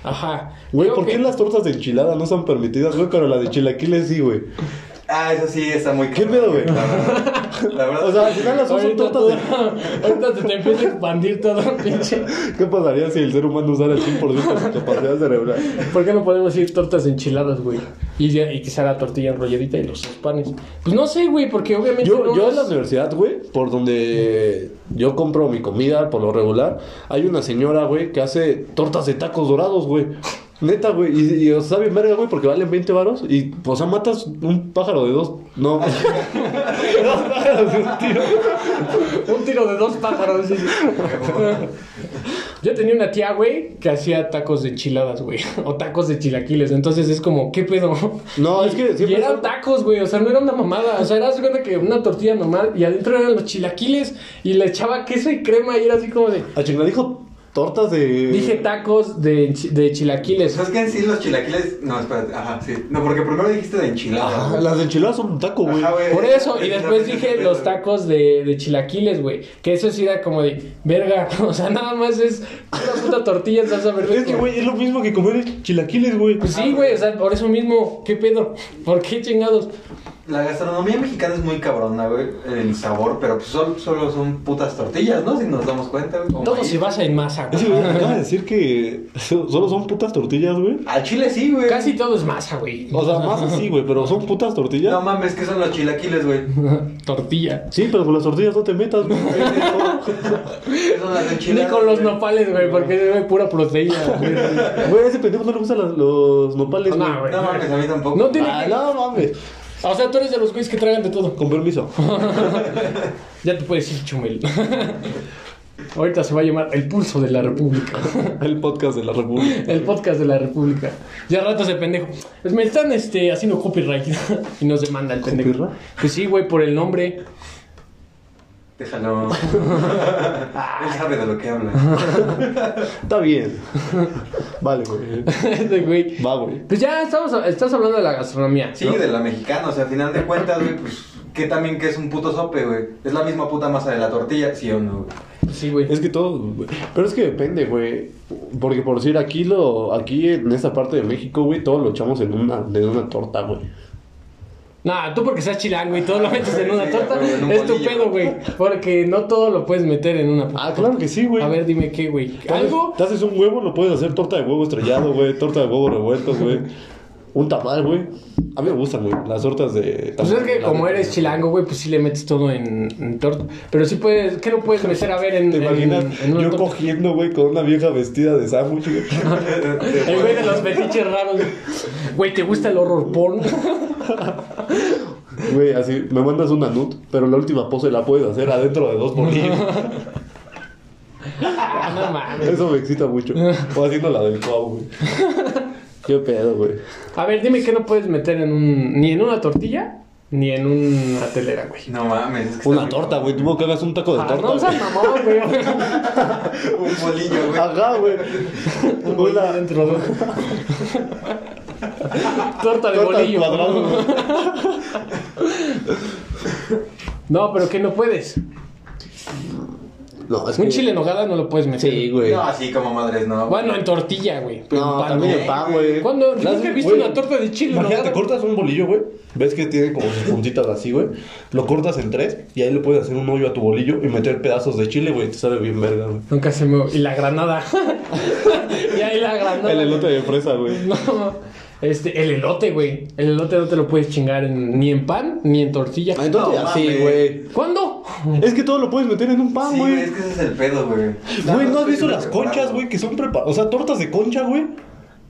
[SPEAKER 1] Ajá.
[SPEAKER 2] Güey,
[SPEAKER 1] Creo
[SPEAKER 2] ¿por
[SPEAKER 1] que-
[SPEAKER 2] qué las tortas de enchiladas no son permitidas, güey? Pero la de chilaquiles sí, güey.
[SPEAKER 3] Ah, eso sí, está muy
[SPEAKER 2] ¿Qué
[SPEAKER 3] cabrón,
[SPEAKER 2] pedo, güey?
[SPEAKER 3] La verdad. La verdad.
[SPEAKER 2] O sea, al final las dos son
[SPEAKER 1] Ahorita,
[SPEAKER 2] tortas
[SPEAKER 1] todo,
[SPEAKER 2] de...
[SPEAKER 1] ahorita se te empieza a expandir todo, pinche.
[SPEAKER 2] ¿Qué pasaría si el ser humano usara el 100% de su capacidad cerebral?
[SPEAKER 1] ¿Por qué no podemos ir tortas enchiladas, güey? Y, ya- y quizá la tortilla enrolladita y los panes. Pues no sé, güey, porque obviamente.
[SPEAKER 2] Yo,
[SPEAKER 1] no
[SPEAKER 2] yo en
[SPEAKER 1] es-
[SPEAKER 2] la universidad, güey, por donde yo compro mi comida, por lo regular, hay una señora, güey, que hace tortas de tacos dorados, güey. Neta, güey, y, y o sea, bien verga, güey, porque valen 20 varos y, o sea, matas un pájaro de dos, no, dos pájaros de un tiro.
[SPEAKER 1] Un tiro de dos pájaros. sí, sí. Yo tenía una tía, güey, que hacía tacos de enchiladas, güey. O tacos de chilaquiles. Entonces es como, ¿qué pedo?
[SPEAKER 2] No, es que
[SPEAKER 1] Y
[SPEAKER 2] siempre
[SPEAKER 1] eran tacos, güey. O sea, no era una mamada. O sea, era haz de cuenta que una tortilla normal y adentro eran los chilaquiles y le echaba queso y crema y era así como de.
[SPEAKER 2] a chingada dijo tortas de
[SPEAKER 1] Dije tacos de, enchi- de chilaquiles.
[SPEAKER 3] Pues es que en sí los chilaquiles. No, espérate. Ajá, sí. No, porque primero dijiste de enchilada.
[SPEAKER 2] Ajá, las enchiladas son un taco, güey.
[SPEAKER 1] Por eso, y después dije los tacos de, de chilaquiles, güey. Que eso sí era como de, verga, o sea, nada más es una puta tortilla en salsa verde.
[SPEAKER 2] Es que, güey, es lo mismo que comer chilaquiles, güey.
[SPEAKER 1] Pues sí, güey, o sea, por eso mismo, ¿qué pedo? ¿Por qué chingados?
[SPEAKER 3] La gastronomía mexicana es muy cabrona, güey, en sabor, pero pues solo, solo son putas tortillas, ¿no? Si nos damos cuenta, güey. o
[SPEAKER 1] Todo
[SPEAKER 3] maíz.
[SPEAKER 1] se basa en masa,
[SPEAKER 2] Ese
[SPEAKER 1] güey.
[SPEAKER 2] güey acaba de decir que solo son putas tortillas, güey.
[SPEAKER 3] Al chile sí, güey.
[SPEAKER 1] Casi todo es masa, güey.
[SPEAKER 2] O sea, más así, güey, pero son putas tortillas.
[SPEAKER 3] No mames, que son los chilaquiles, güey.
[SPEAKER 1] Tortilla.
[SPEAKER 2] Sí, pero con las tortillas no te metas, güey.
[SPEAKER 3] ¿Qué son las
[SPEAKER 1] Ni
[SPEAKER 3] enchiladas?
[SPEAKER 1] con los
[SPEAKER 3] güey?
[SPEAKER 1] nopales, güey, porque es güey, pura proteína. güey.
[SPEAKER 2] Güey, a ese pendejo no le gustan las- los nopales,
[SPEAKER 1] No,
[SPEAKER 2] güey.
[SPEAKER 1] güey.
[SPEAKER 3] No mames, a mí tampoco.
[SPEAKER 1] No tiene
[SPEAKER 2] Ah, no mames.
[SPEAKER 1] O sea, tú eres de los güeyes que tragan de todo.
[SPEAKER 2] Con permiso.
[SPEAKER 1] Ya te puedes ir, Chumel. Ahorita se va a llamar El Pulso de la República.
[SPEAKER 2] El podcast de la República.
[SPEAKER 1] El podcast de la República. Ya rato ese pendejo. Pues me están este, haciendo copyright y nos demanda el pendejo.
[SPEAKER 2] ¿Copyright?
[SPEAKER 1] Pues sí, güey, por el nombre.
[SPEAKER 3] Ah, Déjalo. Él sabe de lo que habla.
[SPEAKER 2] Está bien. Vale, güey.
[SPEAKER 1] Ese este güey.
[SPEAKER 2] Va, güey.
[SPEAKER 1] Pues ya estamos, estás hablando de la gastronomía.
[SPEAKER 3] Sí, de la mexicana, o sea, al final de cuentas, güey, pues, que también que es un puto sope, güey. Es la misma puta masa de la tortilla, sí o no, güey.
[SPEAKER 1] Pues Sí, güey.
[SPEAKER 2] Es que todo, güey. pero es que depende, güey. Porque por decir aquí lo, aquí en esta parte de México, güey, todo lo echamos en una, en una torta, güey.
[SPEAKER 1] Nah, tú porque seas chilango y todo
[SPEAKER 2] Ah,
[SPEAKER 1] lo metes en una
[SPEAKER 3] Sí,
[SPEAKER 1] torta.
[SPEAKER 3] güey, en un
[SPEAKER 1] es tu
[SPEAKER 3] bolillo.
[SPEAKER 1] pedo, güey. Porque no todo lo puedes meter en una.
[SPEAKER 2] Ah, claro que sí, güey.
[SPEAKER 1] A ver, dime qué, güey.
[SPEAKER 2] Te haces-
[SPEAKER 1] Algo.
[SPEAKER 2] Te haces un huevo, lo puedes hacer torta de huevo estrellado, güey. Torta de huevo revuelto, güey. Un tamal, güey. A mí me gustan, güey. Las tortas de.
[SPEAKER 1] Pues es que
[SPEAKER 2] la-
[SPEAKER 1] como eres chilango, güey, pues sí le metes todo en, en torta. Pero sí puedes, ¿qué no puedes meter a ver en,
[SPEAKER 2] ¿Te
[SPEAKER 1] en-
[SPEAKER 2] imaginas?
[SPEAKER 1] en una
[SPEAKER 2] yo
[SPEAKER 1] torta?
[SPEAKER 2] cogiendo, güey, con una vieja vestida de sándwich, güey.
[SPEAKER 1] El güey de los fetiches raros. Güey, ¿te gusta el horror porn?
[SPEAKER 2] Güey, así me mandas una nut, pero la última pose la puedes hacer adentro de dos bolillos.
[SPEAKER 1] Ah, no mames.
[SPEAKER 2] Eso me excita mucho. O haciendo la del pavo, güey. Qué pedo, güey.
[SPEAKER 1] A ver, dime qué no puedes meter en un. ni en una tortilla, ni en una telera, güey.
[SPEAKER 3] No mames, es que está
[SPEAKER 2] Una
[SPEAKER 3] muy-
[SPEAKER 2] torta, güey. Tú que hagas un taco de
[SPEAKER 1] Ah, no
[SPEAKER 2] torta.
[SPEAKER 1] seas mamón, güey.
[SPEAKER 3] Un bolillo,
[SPEAKER 2] güey.
[SPEAKER 3] güey.
[SPEAKER 1] Ah,
[SPEAKER 2] Ajá, güey.
[SPEAKER 1] Un bolillo
[SPEAKER 2] Una
[SPEAKER 1] dentro de- Torta de
[SPEAKER 2] torta al
[SPEAKER 1] bolillo.
[SPEAKER 2] cuadrado, güey.
[SPEAKER 1] No, pero ¿qué no puedes?
[SPEAKER 2] No, es
[SPEAKER 1] Un
[SPEAKER 2] que-
[SPEAKER 1] chile en nogada no lo puedes meter.
[SPEAKER 2] Sí, güey.
[SPEAKER 3] No, así como madres, no. güey.
[SPEAKER 1] Bueno, en tortilla, güey. pero en
[SPEAKER 2] No,
[SPEAKER 1] pan,
[SPEAKER 2] también
[SPEAKER 1] güey.
[SPEAKER 2] el pan, güey.
[SPEAKER 1] ¿Cuándo? Yo
[SPEAKER 2] Las-
[SPEAKER 1] nunca he visto
[SPEAKER 2] güey,
[SPEAKER 1] una torta de chile en
[SPEAKER 2] Imagínate,
[SPEAKER 1] nogada.
[SPEAKER 2] cortas un bolillo, güey. Ves que tiene como sus puntitas así, güey. Lo cortas en tres y ahí le puedes hacer un hoyo a tu bolillo y meter pedazos de chile, güey. Te sabe bien verga, güey.
[SPEAKER 1] Nunca se me... Y la granada. y ahí la granada.
[SPEAKER 2] El elote de fresa, güey.
[SPEAKER 1] No, este, el elote, güey. El elote no te lo puedes chingar en- ni en pan ni en tortilla.
[SPEAKER 3] No, mames.
[SPEAKER 1] ¿Cuándo?
[SPEAKER 2] Es que todo lo puedes meter en un
[SPEAKER 1] Ah,
[SPEAKER 2] pan,
[SPEAKER 3] Sí,
[SPEAKER 2] güey.
[SPEAKER 3] güey, es que ese es el pedo, güey.
[SPEAKER 2] Güey, ¿no has visto
[SPEAKER 3] Sí,
[SPEAKER 2] las
[SPEAKER 3] preparado.
[SPEAKER 2] conchas, güey? Que son preparadas. O sea, tortas de concha, güey.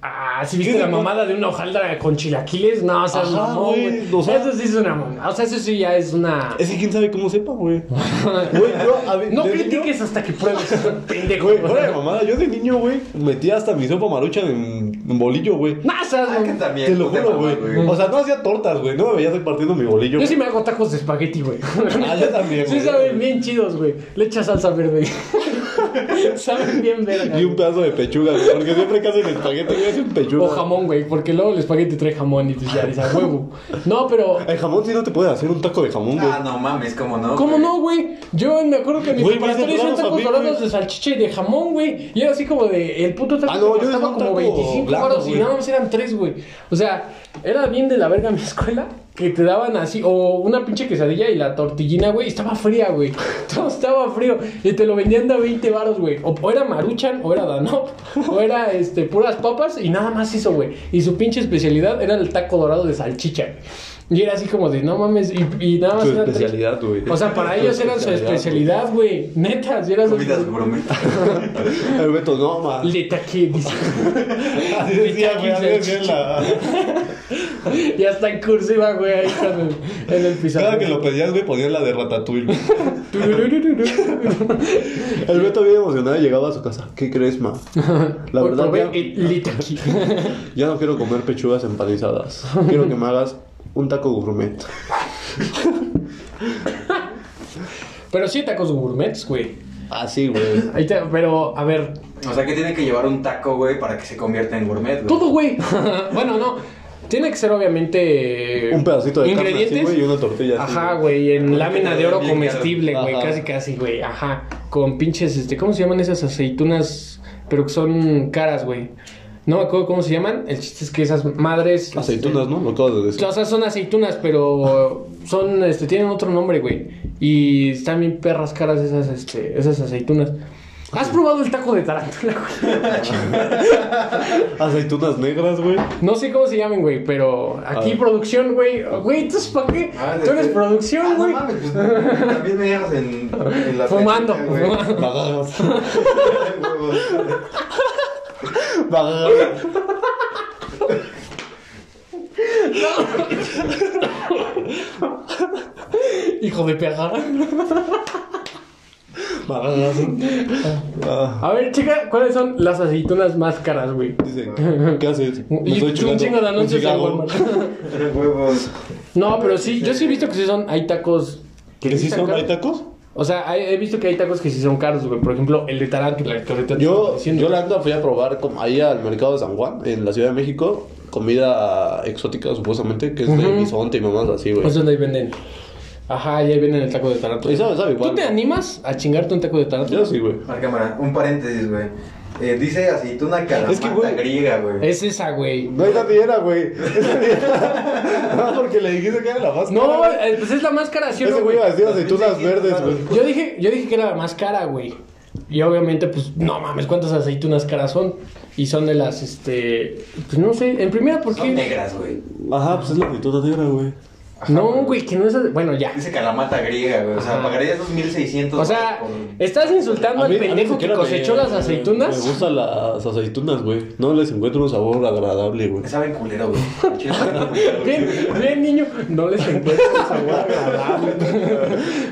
[SPEAKER 1] Ah, si viste la
[SPEAKER 2] de-
[SPEAKER 1] mamada de una hojaldra con chilaquiles, no, o sea,
[SPEAKER 2] Ajá,
[SPEAKER 1] mamón,
[SPEAKER 2] güey,
[SPEAKER 1] güey.
[SPEAKER 2] o sea-
[SPEAKER 1] eso sí es una mamada. O sea, eso sí ya es una.
[SPEAKER 2] Es que quién sabe cómo sepa, güey. Güey, yo, a ver,
[SPEAKER 1] no
[SPEAKER 2] de niño-
[SPEAKER 1] critiques hasta que pruebes, pendejo.
[SPEAKER 2] Güey, fuera de mamada, yo de niño, güey, metía hasta mi sopa marucha en, en bolillo, güey.
[SPEAKER 1] No, o sea,
[SPEAKER 3] Ah, que también.
[SPEAKER 2] Te lo
[SPEAKER 3] puta
[SPEAKER 2] juro,
[SPEAKER 3] mamá,
[SPEAKER 2] güey. O sea, no hacía tortas, güey. No me veías ahí partiendo mi bolillo.
[SPEAKER 1] Yo sí
[SPEAKER 2] güey.
[SPEAKER 1] me hago tacos de espagueti, güey.
[SPEAKER 2] Ah, yo también,
[SPEAKER 1] Sí
[SPEAKER 2] güey.
[SPEAKER 1] saben bien chidos, güey. Le echa salsa verde. saben bien verga.
[SPEAKER 2] Y un pedazo de pechuga, güey. Porque siempre que hacen espagueti, güey, hacen pechuga.
[SPEAKER 1] O jamón, güey, porque luego el espagueti trae jamón y pues ya dices, "A huevo. No, pero...
[SPEAKER 2] El jamón sí no te puede hacer un taco de jamón, güey.
[SPEAKER 3] Ah, no mames, ¿cómo no?
[SPEAKER 1] ¿Cómo
[SPEAKER 3] güey?
[SPEAKER 1] no, güey? Yo me acuerdo que en mi
[SPEAKER 2] Güey,
[SPEAKER 1] preparatoria
[SPEAKER 2] me hacen
[SPEAKER 1] hicieron
[SPEAKER 2] dorados a
[SPEAKER 1] tacos
[SPEAKER 2] mí,
[SPEAKER 1] dorados
[SPEAKER 2] güey.
[SPEAKER 1] de salchicha y de jamón, güey. Y era así como de... El puto taco
[SPEAKER 2] Ah, no,
[SPEAKER 1] te costaba
[SPEAKER 2] yo decía un
[SPEAKER 1] como
[SPEAKER 2] taco
[SPEAKER 1] 25
[SPEAKER 2] blanco,
[SPEAKER 1] baros y
[SPEAKER 2] güey.
[SPEAKER 1] nada más eran tres, güey. O sea, era bien de la verga mi escuela que te daban así... O una pinche quesadilla y la tortillina, güey. y Estaba fría, güey. Todo estaba frío. Y te lo vendían de a 20 baros, güey. O, o era maruchan, o era danop, o era este, puras papas y nada más eso, güey. Y su pinche especialidad era el taco dorado de salchicha, güey. Y era así como de, no mames, y, y nada más
[SPEAKER 2] Su
[SPEAKER 1] eran tres.
[SPEAKER 2] especialidad, güey.
[SPEAKER 1] O sea, para
[SPEAKER 2] Su
[SPEAKER 1] ellos era su especialidad, güey. Neta, si era su
[SPEAKER 3] Comidas gourmet.
[SPEAKER 2] El Beto, no, ma.
[SPEAKER 1] Le taqué, dice.
[SPEAKER 2] Así decía, güey. Así decía en la...
[SPEAKER 1] Ya está en cursiva, güey, ahí con el, en el
[SPEAKER 2] Cada
[SPEAKER 1] pizarrón.
[SPEAKER 2] que lo pedías, güey, ponías la de ratatouille. güey.
[SPEAKER 1] Tururururu.
[SPEAKER 2] El Beto bien emocionado llegaba a su casa. ¿Qué crees, ma? La
[SPEAKER 1] Por
[SPEAKER 2] verdad,
[SPEAKER 1] favor,
[SPEAKER 2] ya,
[SPEAKER 1] el le taqué.
[SPEAKER 2] ya no quiero comer pechugas empanizadas. Quiero que me hagas un taco gourmet.
[SPEAKER 1] Pero sí, tacos gourmets, güey.
[SPEAKER 2] Así, güey.
[SPEAKER 1] Ahí te- pero, a ver,
[SPEAKER 3] O sea, que tiene que llevar un taco, güey, para que se convierta en gourmet, güey.
[SPEAKER 1] todo, güey. bueno, no. Tiene que ser, obviamente.
[SPEAKER 2] Un pedacito de carne así,
[SPEAKER 1] ingredientes.
[SPEAKER 2] güey, y una tortilla así.
[SPEAKER 1] Ajá, güey, en lámina de oro
[SPEAKER 3] Bien
[SPEAKER 1] comestible,
[SPEAKER 2] caro.
[SPEAKER 1] güey,
[SPEAKER 2] Ajá.
[SPEAKER 1] casi casi, güey, ajá. Con pinches, este, ¿cómo se llaman esas aceitunas? Pero que son caras, güey. No me acuerdo cómo se llaman. El chiste es que esas madres.
[SPEAKER 2] Aceitunas, ¿no? Lo acabas de decir.
[SPEAKER 1] este, o sea, son aceitunas, pero son, este, tienen otro nombre, güey. Y están bien perras caras esas, este, esas aceitunas. ¿Has probado el taco de tarántula, güey?
[SPEAKER 2] Aceitunas negras, güey.
[SPEAKER 1] No sé cómo se llaman, güey, pero aquí
[SPEAKER 2] ver.
[SPEAKER 1] producción, güey. Güey, ¿tú para qué?
[SPEAKER 3] Ah, de-
[SPEAKER 1] Tú eres
[SPEAKER 3] de-
[SPEAKER 1] producción,
[SPEAKER 3] Ah,
[SPEAKER 1] güey.
[SPEAKER 3] No mames, pues, también me dejas en, en la
[SPEAKER 1] Fumando,
[SPEAKER 3] plática, güey.
[SPEAKER 1] fumando.
[SPEAKER 2] Bagadas.
[SPEAKER 3] Huevos.
[SPEAKER 2] Bagadas.
[SPEAKER 1] Hijo de perra.
[SPEAKER 2] Bagadas. Ah,
[SPEAKER 1] A ver, chica, ¿cuáles son las aceitunas más caras, güey?
[SPEAKER 2] dice, ¿qué haces?
[SPEAKER 1] Y un chingo de anuncios en Walmart.
[SPEAKER 3] Huevos.
[SPEAKER 1] No, pero sí, yo sí he visto que sí son, hay tacos.
[SPEAKER 2] ¿Que sí son?
[SPEAKER 1] caros.
[SPEAKER 2] ¿Hay tacos?
[SPEAKER 1] O sea, hay- he visto que hay tacos que sí son caros, güey. Por ejemplo, el de tarántula, que ahorita te estaba
[SPEAKER 2] Yo,
[SPEAKER 1] diciendo.
[SPEAKER 2] yo la anda fui a probar como ahí al mercado de San Juan, en la Ciudad de México, comida exótica supuestamente, que es de
[SPEAKER 1] Ujú.
[SPEAKER 2] bisonte y mamás así, güey.
[SPEAKER 1] Eso es donde ahí venden. Ajá, y ahí venden el taco de tarántula.
[SPEAKER 2] Y sabe, sabe igual.
[SPEAKER 1] ¿Tú te animas a chingarte un taco de tarántula?
[SPEAKER 2] Yo sí, güey.
[SPEAKER 3] A ver, cámara, un paréntesis, güey. Eh, dice aceituna calamata
[SPEAKER 2] Es que, güey,
[SPEAKER 3] griega, güey.
[SPEAKER 1] Es esa, güey.
[SPEAKER 2] No, esa ni era, güey. Esa ni era. No, porque le dijiste que era la más
[SPEAKER 1] No,
[SPEAKER 2] cara,
[SPEAKER 1] eh, pues es la más cara, ¿sí o no,
[SPEAKER 2] Ese
[SPEAKER 1] güey?
[SPEAKER 2] güey iba a decir aceitunas verdes, güey.
[SPEAKER 1] Yo dije, yo dije que era la más cara, güey. Y obviamente, pues, no mames, ¿cuántas aceitunas caras son? Y son de las, este... Pues no sé, en primera, ¿por
[SPEAKER 3] Son
[SPEAKER 1] qué?
[SPEAKER 3] negras, güey.
[SPEAKER 2] Ajá, pues es la aceituna negra, güey.
[SPEAKER 1] No, güey, que no es... Bueno, ya.
[SPEAKER 3] Dice calamata griega, güey. O sea,
[SPEAKER 1] Ajá.
[SPEAKER 3] pagarías 2600.
[SPEAKER 1] O sea,
[SPEAKER 3] güey, por-
[SPEAKER 1] estás insultando al
[SPEAKER 2] mí- mí ni
[SPEAKER 1] pendejo que
[SPEAKER 2] siquiera
[SPEAKER 1] cosechó
[SPEAKER 2] me-
[SPEAKER 1] las aceitunas.
[SPEAKER 2] Me gustan las aceitunas, güey. No les encuentro un sabor agradable, güey.
[SPEAKER 3] Me saben culero, güey. Chile, saben culero, güey.
[SPEAKER 1] Bien, bien, niño. No les encuentro el sabor agradable.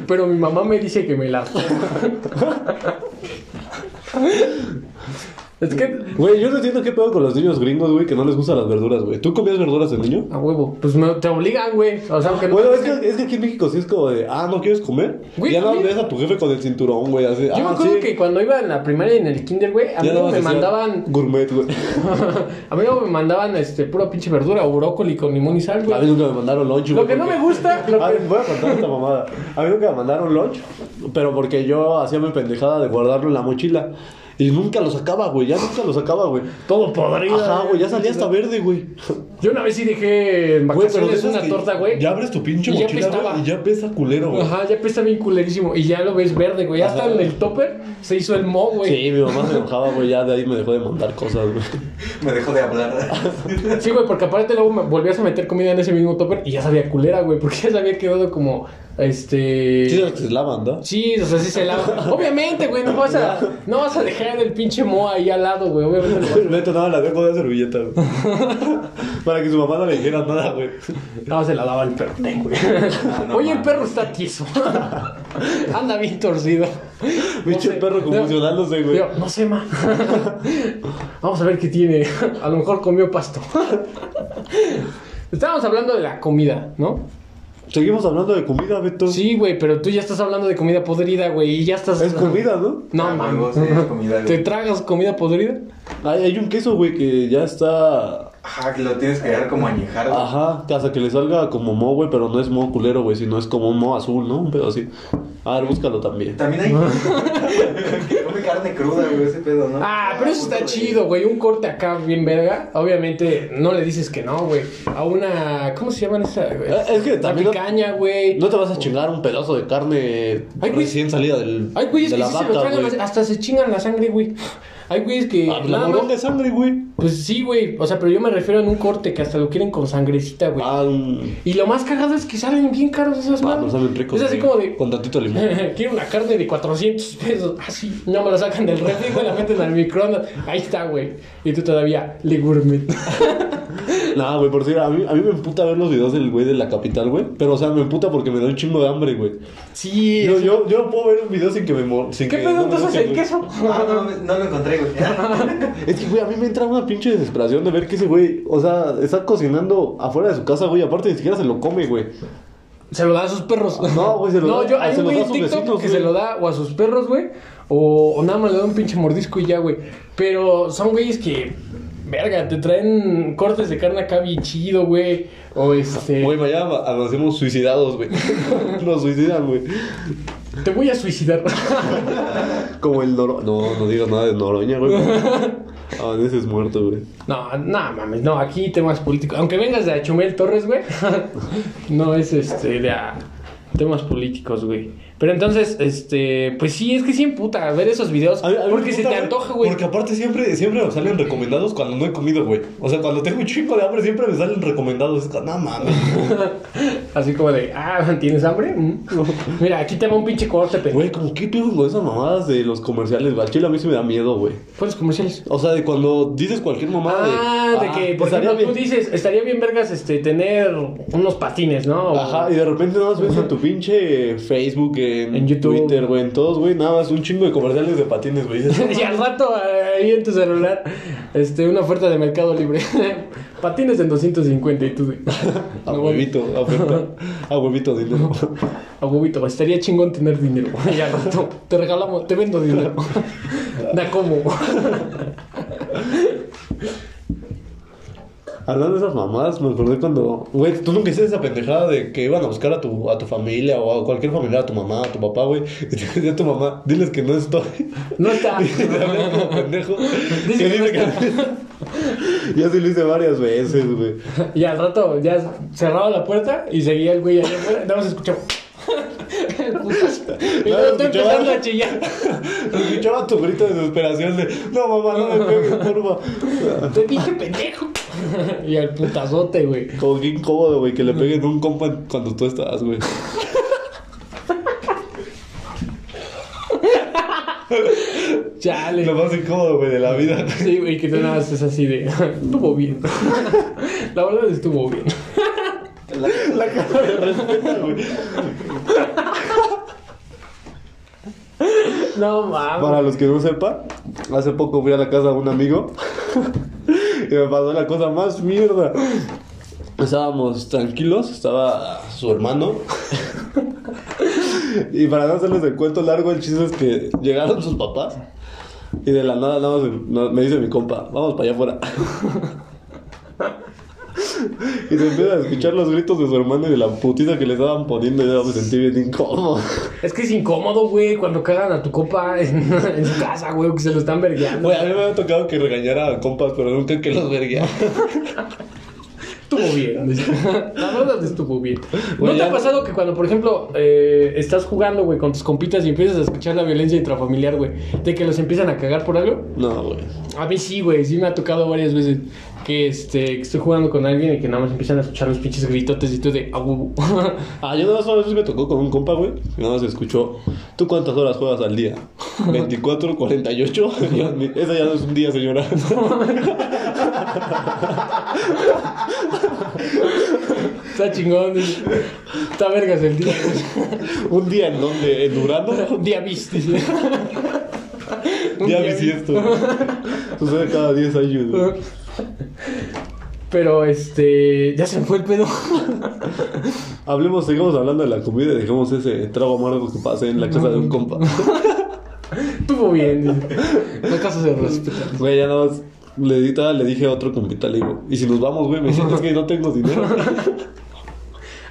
[SPEAKER 1] Pero mi mamá me dice que me las como. Es que...
[SPEAKER 2] Güey, yo no entiendo qué pedo con los niños gringos, güey, que no les gustan las verduras, güey. ¿Tú comías verduras de niño?
[SPEAKER 1] A huevo. Pues me- te obligan, güey. O sea, aunque no...
[SPEAKER 2] Bueno, es que, es que aquí en México sí es como de, ah, ¿no quieres comer?
[SPEAKER 1] Güey,
[SPEAKER 2] ya no
[SPEAKER 1] también-
[SPEAKER 2] ves a tu jefe con el cinturón, güey, así.
[SPEAKER 1] Yo
[SPEAKER 2] ah,
[SPEAKER 1] me acuerdo
[SPEAKER 2] sí.
[SPEAKER 1] que cuando iba en la primaria y en el kinder, güey, a mí
[SPEAKER 2] Ya
[SPEAKER 1] luego
[SPEAKER 2] nada
[SPEAKER 1] me
[SPEAKER 2] más decía,
[SPEAKER 1] mandaban...
[SPEAKER 2] Gourmet, güey.
[SPEAKER 1] a mí luego me mandaban este, pura pinche verdura o brócoli con limón y sal,
[SPEAKER 2] A mí
[SPEAKER 1] güey.
[SPEAKER 2] nunca me mandaron lunch, güey.
[SPEAKER 1] Lo que no me
[SPEAKER 2] porque-
[SPEAKER 1] gusta... Lo
[SPEAKER 2] A
[SPEAKER 1] que...
[SPEAKER 2] ver, Ah, voy a contar esta mamada. A mí nunca me mandaron lunch, pero porque yo hacía mi pendejada de guardarlo en la mochila. Y nunca lo sacaba, güey. Ya nunca lo sacaba, güey.
[SPEAKER 1] Todo podrido. eh,
[SPEAKER 2] Ajá, güey. Ya salía hasta verde, güey.
[SPEAKER 1] Yo una vez sí dejé en
[SPEAKER 2] Güey, pero de
[SPEAKER 1] vacaciones
[SPEAKER 2] esas
[SPEAKER 1] una
[SPEAKER 2] que
[SPEAKER 1] torta, güey.
[SPEAKER 2] Ya abres tu pinche
[SPEAKER 1] Y ya
[SPEAKER 2] mochila,
[SPEAKER 1] apestaba.
[SPEAKER 2] güey. Y ya pesa culero, güey.
[SPEAKER 1] Ajá, ya pesta bien culerísimo. Y ya lo ves verde, güey. Ya
[SPEAKER 2] Ajá.
[SPEAKER 1] está en el topper. Se hizo el mo, güey.
[SPEAKER 2] Sí, mi mamá se enojaba, güey. Ya de ahí me dejó de mandar cosas, güey.
[SPEAKER 3] Me dejó de hablar.
[SPEAKER 1] Sí. güey, porque aparte luego me- volvías a meter comida en ese mismo topper y ya sabía culera, güey. Porque ya se había quedado como Este.
[SPEAKER 2] Sí, se lavan, ¿no?
[SPEAKER 1] Sí, o sea, sí se lava. Obviamente, güey, no vas a, no vas a dejar el pinche moa ahí al lado, güey. Obviamente. lo vas
[SPEAKER 2] Neto, nada, la dejo de servilleta, güey. Para que su mamá no le dijera nada, güey.
[SPEAKER 1] a- No, se la lava el perro, güey.
[SPEAKER 3] no
[SPEAKER 1] Oye, el
[SPEAKER 3] mames.
[SPEAKER 1] perro está tieso. Anda bien torcido.
[SPEAKER 2] Pinche
[SPEAKER 1] sé.
[SPEAKER 2] perro convulsionándose, güey.
[SPEAKER 1] Digo, no sé, ma. Vamos a ver qué tiene. A lo mejor comió pasto. Estábamos hablando de la comida, ¿no?
[SPEAKER 2] Seguimos hablando de comida, Beto.
[SPEAKER 1] Sí, güey, pero tú ya estás hablando de comida podrida, güey, y ya estás.
[SPEAKER 2] Es comida, ¿no?
[SPEAKER 1] No,
[SPEAKER 3] Ah,
[SPEAKER 1] mames.
[SPEAKER 3] huevo, sí, es comida,
[SPEAKER 1] ¿Te
[SPEAKER 3] güey.
[SPEAKER 1] tragas comida podrida?
[SPEAKER 2] Hay, hay un queso, güey, que ya está.
[SPEAKER 3] Ajá, que lo tienes que dejar como añejado.
[SPEAKER 2] Ajá, que hasta que le salga como mo, güey, pero no es mo culero, güey, sino es como un mo azul, ¿no? Un pedo así. A ver, búscalo también.
[SPEAKER 3] También hay que come carne cruda, güey, ese pedo, ¿no?
[SPEAKER 1] Ah, pero eso está
[SPEAKER 3] puto,
[SPEAKER 1] chido, güey. Un corte acá bien verga. Obviamente no le dices que no, güey. A una. ¿Cómo se llaman esa, güey?
[SPEAKER 2] Eh, es que
[SPEAKER 1] La
[SPEAKER 2] también no-
[SPEAKER 1] picaña, güey.
[SPEAKER 2] No te vas a chingar un pedazo de carne
[SPEAKER 1] Ay, güey.
[SPEAKER 2] recién salida del,
[SPEAKER 1] Hay güeyes
[SPEAKER 2] de
[SPEAKER 1] que
[SPEAKER 2] la
[SPEAKER 1] sí se lo
[SPEAKER 2] vaca,
[SPEAKER 1] tragan,
[SPEAKER 2] güey.
[SPEAKER 1] la- hasta se chingan la sangre, güey. Hay güeyes que.
[SPEAKER 2] Ah, pues
[SPEAKER 1] nada
[SPEAKER 2] la
[SPEAKER 1] más-
[SPEAKER 2] morón de sangre, güey.
[SPEAKER 1] Pues sí, güey. O sea, pero yo me refiero en un corte que hasta lo quieren con sangrecita, güey.
[SPEAKER 2] Ah, un...
[SPEAKER 1] Y lo más cagado es que salen bien caros esas
[SPEAKER 2] Ah,
[SPEAKER 1] manos.
[SPEAKER 2] pero saben ricos.
[SPEAKER 1] Es así
[SPEAKER 2] güey.
[SPEAKER 1] como de.
[SPEAKER 2] Con tantito limón.
[SPEAKER 1] Quiero una carne de 400 pesos. Así. No me la sacan del refri, güey. La meten al microondas. Ahí está, güey. Y tú todavía, le gourmet.
[SPEAKER 2] Nah, güey, por decir, a mí, a mí me emputa ver los videos del güey de la capital, güey. Pero, o sea, me emputa porque me da un chingo de hambre, güey.
[SPEAKER 1] Sí.
[SPEAKER 2] Yo,
[SPEAKER 1] es-
[SPEAKER 2] yo, yo no puedo ver un video sin que me mor... sin
[SPEAKER 1] ¿Qué
[SPEAKER 2] que
[SPEAKER 1] pedo
[SPEAKER 2] no me
[SPEAKER 1] entonces
[SPEAKER 2] nazca,
[SPEAKER 1] el
[SPEAKER 2] güey.
[SPEAKER 1] queso?
[SPEAKER 3] Ah, no, mames, no lo encontré, güey.
[SPEAKER 2] Es que, güey, a mí me entra una pinche desesperación de ver que ese güey, o sea, está cocinando afuera de su casa, güey. Aparte, ni siquiera se lo come, güey.
[SPEAKER 1] Se lo da a sus perros.
[SPEAKER 2] No, güey, se lo
[SPEAKER 1] No,
[SPEAKER 2] da-
[SPEAKER 1] yo,
[SPEAKER 2] ah,
[SPEAKER 1] hay
[SPEAKER 2] se
[SPEAKER 1] un
[SPEAKER 2] lo
[SPEAKER 1] güey
[SPEAKER 2] da
[SPEAKER 1] en
[SPEAKER 2] a sus
[SPEAKER 1] TikTok
[SPEAKER 2] vecinos,
[SPEAKER 1] que
[SPEAKER 2] güey.
[SPEAKER 1] se lo da o a sus perros, güey. O, o nada más le da un pinche mordisco y ya, güey. Pero son güeyes que. Verga, te traen cortes de carne acá bien chido, güey. O este.
[SPEAKER 2] Güey, mañana va- amanecemos suicidados, güey. Nos suicidan, güey.
[SPEAKER 1] Te voy a suicidar.
[SPEAKER 2] Como el Noro... No, no digas nada de Noroña, güey. Ah, Amaneces muerto, güey.
[SPEAKER 1] No, no mames, no, aquí temas políticos. Aunque vengas de Achumel Torres, güey, no es este de a- temas políticos, güey. Pero entonces, este, pues sí, es que sí emputa ver esos videos
[SPEAKER 2] A mí- a mí me
[SPEAKER 1] porque se
[SPEAKER 2] gusta,
[SPEAKER 1] te antoja, güey.
[SPEAKER 2] Porque aparte siempre, siempre me salen recomendados cuando no he comido, güey. O sea, cuando tengo un chingo de hambre siempre me salen recomendados. Es como, no mames.
[SPEAKER 1] Así como de, ah, ¿tienes hambre? Mm. Mira, aquí te va un pinche corte, pero.
[SPEAKER 2] Güey, como qué pedo con esas mamadas de los comerciales, güey. Al chile a mí se me da miedo, güey.
[SPEAKER 1] ¿Cuáles Pues comerciales?
[SPEAKER 2] O sea, de cuando dices cualquier mamada de...
[SPEAKER 1] Ah, de que, por
[SPEAKER 2] pues estaría
[SPEAKER 1] ejemplo, tú
[SPEAKER 2] bien.
[SPEAKER 1] dices, estaría bien vergas este tener unos patines, ¿no? O-
[SPEAKER 2] Ajá, y de repente nada más ves en tu pinche Facebook, en,
[SPEAKER 1] En YouTube.
[SPEAKER 2] Twitter, güey, en todos, güey, nada más un chingo de comerciales de patines, güey. Dices,
[SPEAKER 1] Y al rato ahí en tu celular, este, una oferta de Mercado Libre. Patines en 250 y tú de-
[SPEAKER 2] A
[SPEAKER 1] no,
[SPEAKER 2] huevito, a huevito, a huevito dinero.
[SPEAKER 1] A huevito, estaría chingón tener dinero. Y al rato te regalamos, te vendo dinero. Da como.
[SPEAKER 2] Hablando de esas mamadas, me acordé cuando. Güey, tú nunca hiciste esa pendejada de que iban a buscar a tu, a tu familia o a cualquier familiar, a tu mamá, a tu papá, güey. Y te decía a tu mamá, diles que no estoy.
[SPEAKER 1] No está.
[SPEAKER 2] Y te hablé como pendejo.
[SPEAKER 1] Dice
[SPEAKER 2] que
[SPEAKER 1] que no
[SPEAKER 2] dice que no- Yo sí lo hice varias veces, güey.
[SPEAKER 1] Y al rato ya cerraba la puerta y seguía el güey allá afuera. Nada más escuchaba. Y
[SPEAKER 2] Nada más
[SPEAKER 1] luego tú
[SPEAKER 2] escuchaba.
[SPEAKER 1] empezando a chillar.
[SPEAKER 2] Escuchaba tu grito de desesperación de: No, mamá, no me pegues, porfa.
[SPEAKER 1] Te dije pendejo. Y al putazote, güey.
[SPEAKER 2] Como que incómodo, güey, que le peguen un compa cuando tú estás, güey.
[SPEAKER 1] Chale.
[SPEAKER 2] Lo más incómodo, güey, de la vida.
[SPEAKER 1] Sí, güey, que tú nada más es así de. Estuvo bien. La verdad estuvo bien.
[SPEAKER 3] La-
[SPEAKER 2] La cara de respeto, güey.
[SPEAKER 1] No mames.
[SPEAKER 2] Para los que no sepan, hace poco fui a la casa de un amigo y me pasó la cosa más mierda. Estábamos tranquilos, estaba su hermano. Y para no hacerles el cuento largo, el chiste es que llegaron sus papás y de la nada nada más me- me dice mi compa, vamos para allá afuera. Y se empiezan a escuchar los gritos de su hermano y de la putiza que le estaban poniendo y yo me sentí bien incómodo.
[SPEAKER 1] Es que es incómodo, güey, cuando cagan a tu copa en, en su casa, güey, que se lo están vergueando.
[SPEAKER 2] Güey, a mí me ha tocado que regañara a compas, pero nunca que los verguea.
[SPEAKER 1] Estuvo bien. La verdad estuvo bien. ¿No
[SPEAKER 2] Güey,
[SPEAKER 1] te
[SPEAKER 2] ya-
[SPEAKER 1] ha pasado que cuando, por ejemplo, eh, estás jugando, güey, con tus compitas y empiezas a escuchar la violencia intrafamiliar, güey, de que los empiezan a cagar por algo?
[SPEAKER 2] No, güey.
[SPEAKER 1] A mí sí, güey, sí me ha tocado varias veces. que este que estoy jugando con alguien y que nada más empiezan a escuchar los pinches gritotes y tú de a huevo.
[SPEAKER 2] Ah, yo nada más una vez me tocó con un compa, güey. y Nada más escuchó. ¿Tú cuántas horas juegas al día? 24, 48. Y yo, "Mi- Esa ya no es un día, señora.
[SPEAKER 1] Está chingón. dice. Está vergas el día.
[SPEAKER 2] un día en donde, en Durando.
[SPEAKER 1] Un día bis, dice. Un
[SPEAKER 2] Día
[SPEAKER 1] bis.
[SPEAKER 2] bisiesto. Sucede cada 10 años. güey.
[SPEAKER 1] Pero este. Ya se me fue el pedo.
[SPEAKER 2] Hablemos, sigamos hablando de la comida y dejemos ese trago amargo que pasé en la casa de un compa.
[SPEAKER 1] Estuvo bien. dice. La casa se respeta.
[SPEAKER 2] Güey, ya nada más. Le, di- todavía le dije a otro compita, le digo, y si nos vamos, güey, me dice, es que no tengo dinero.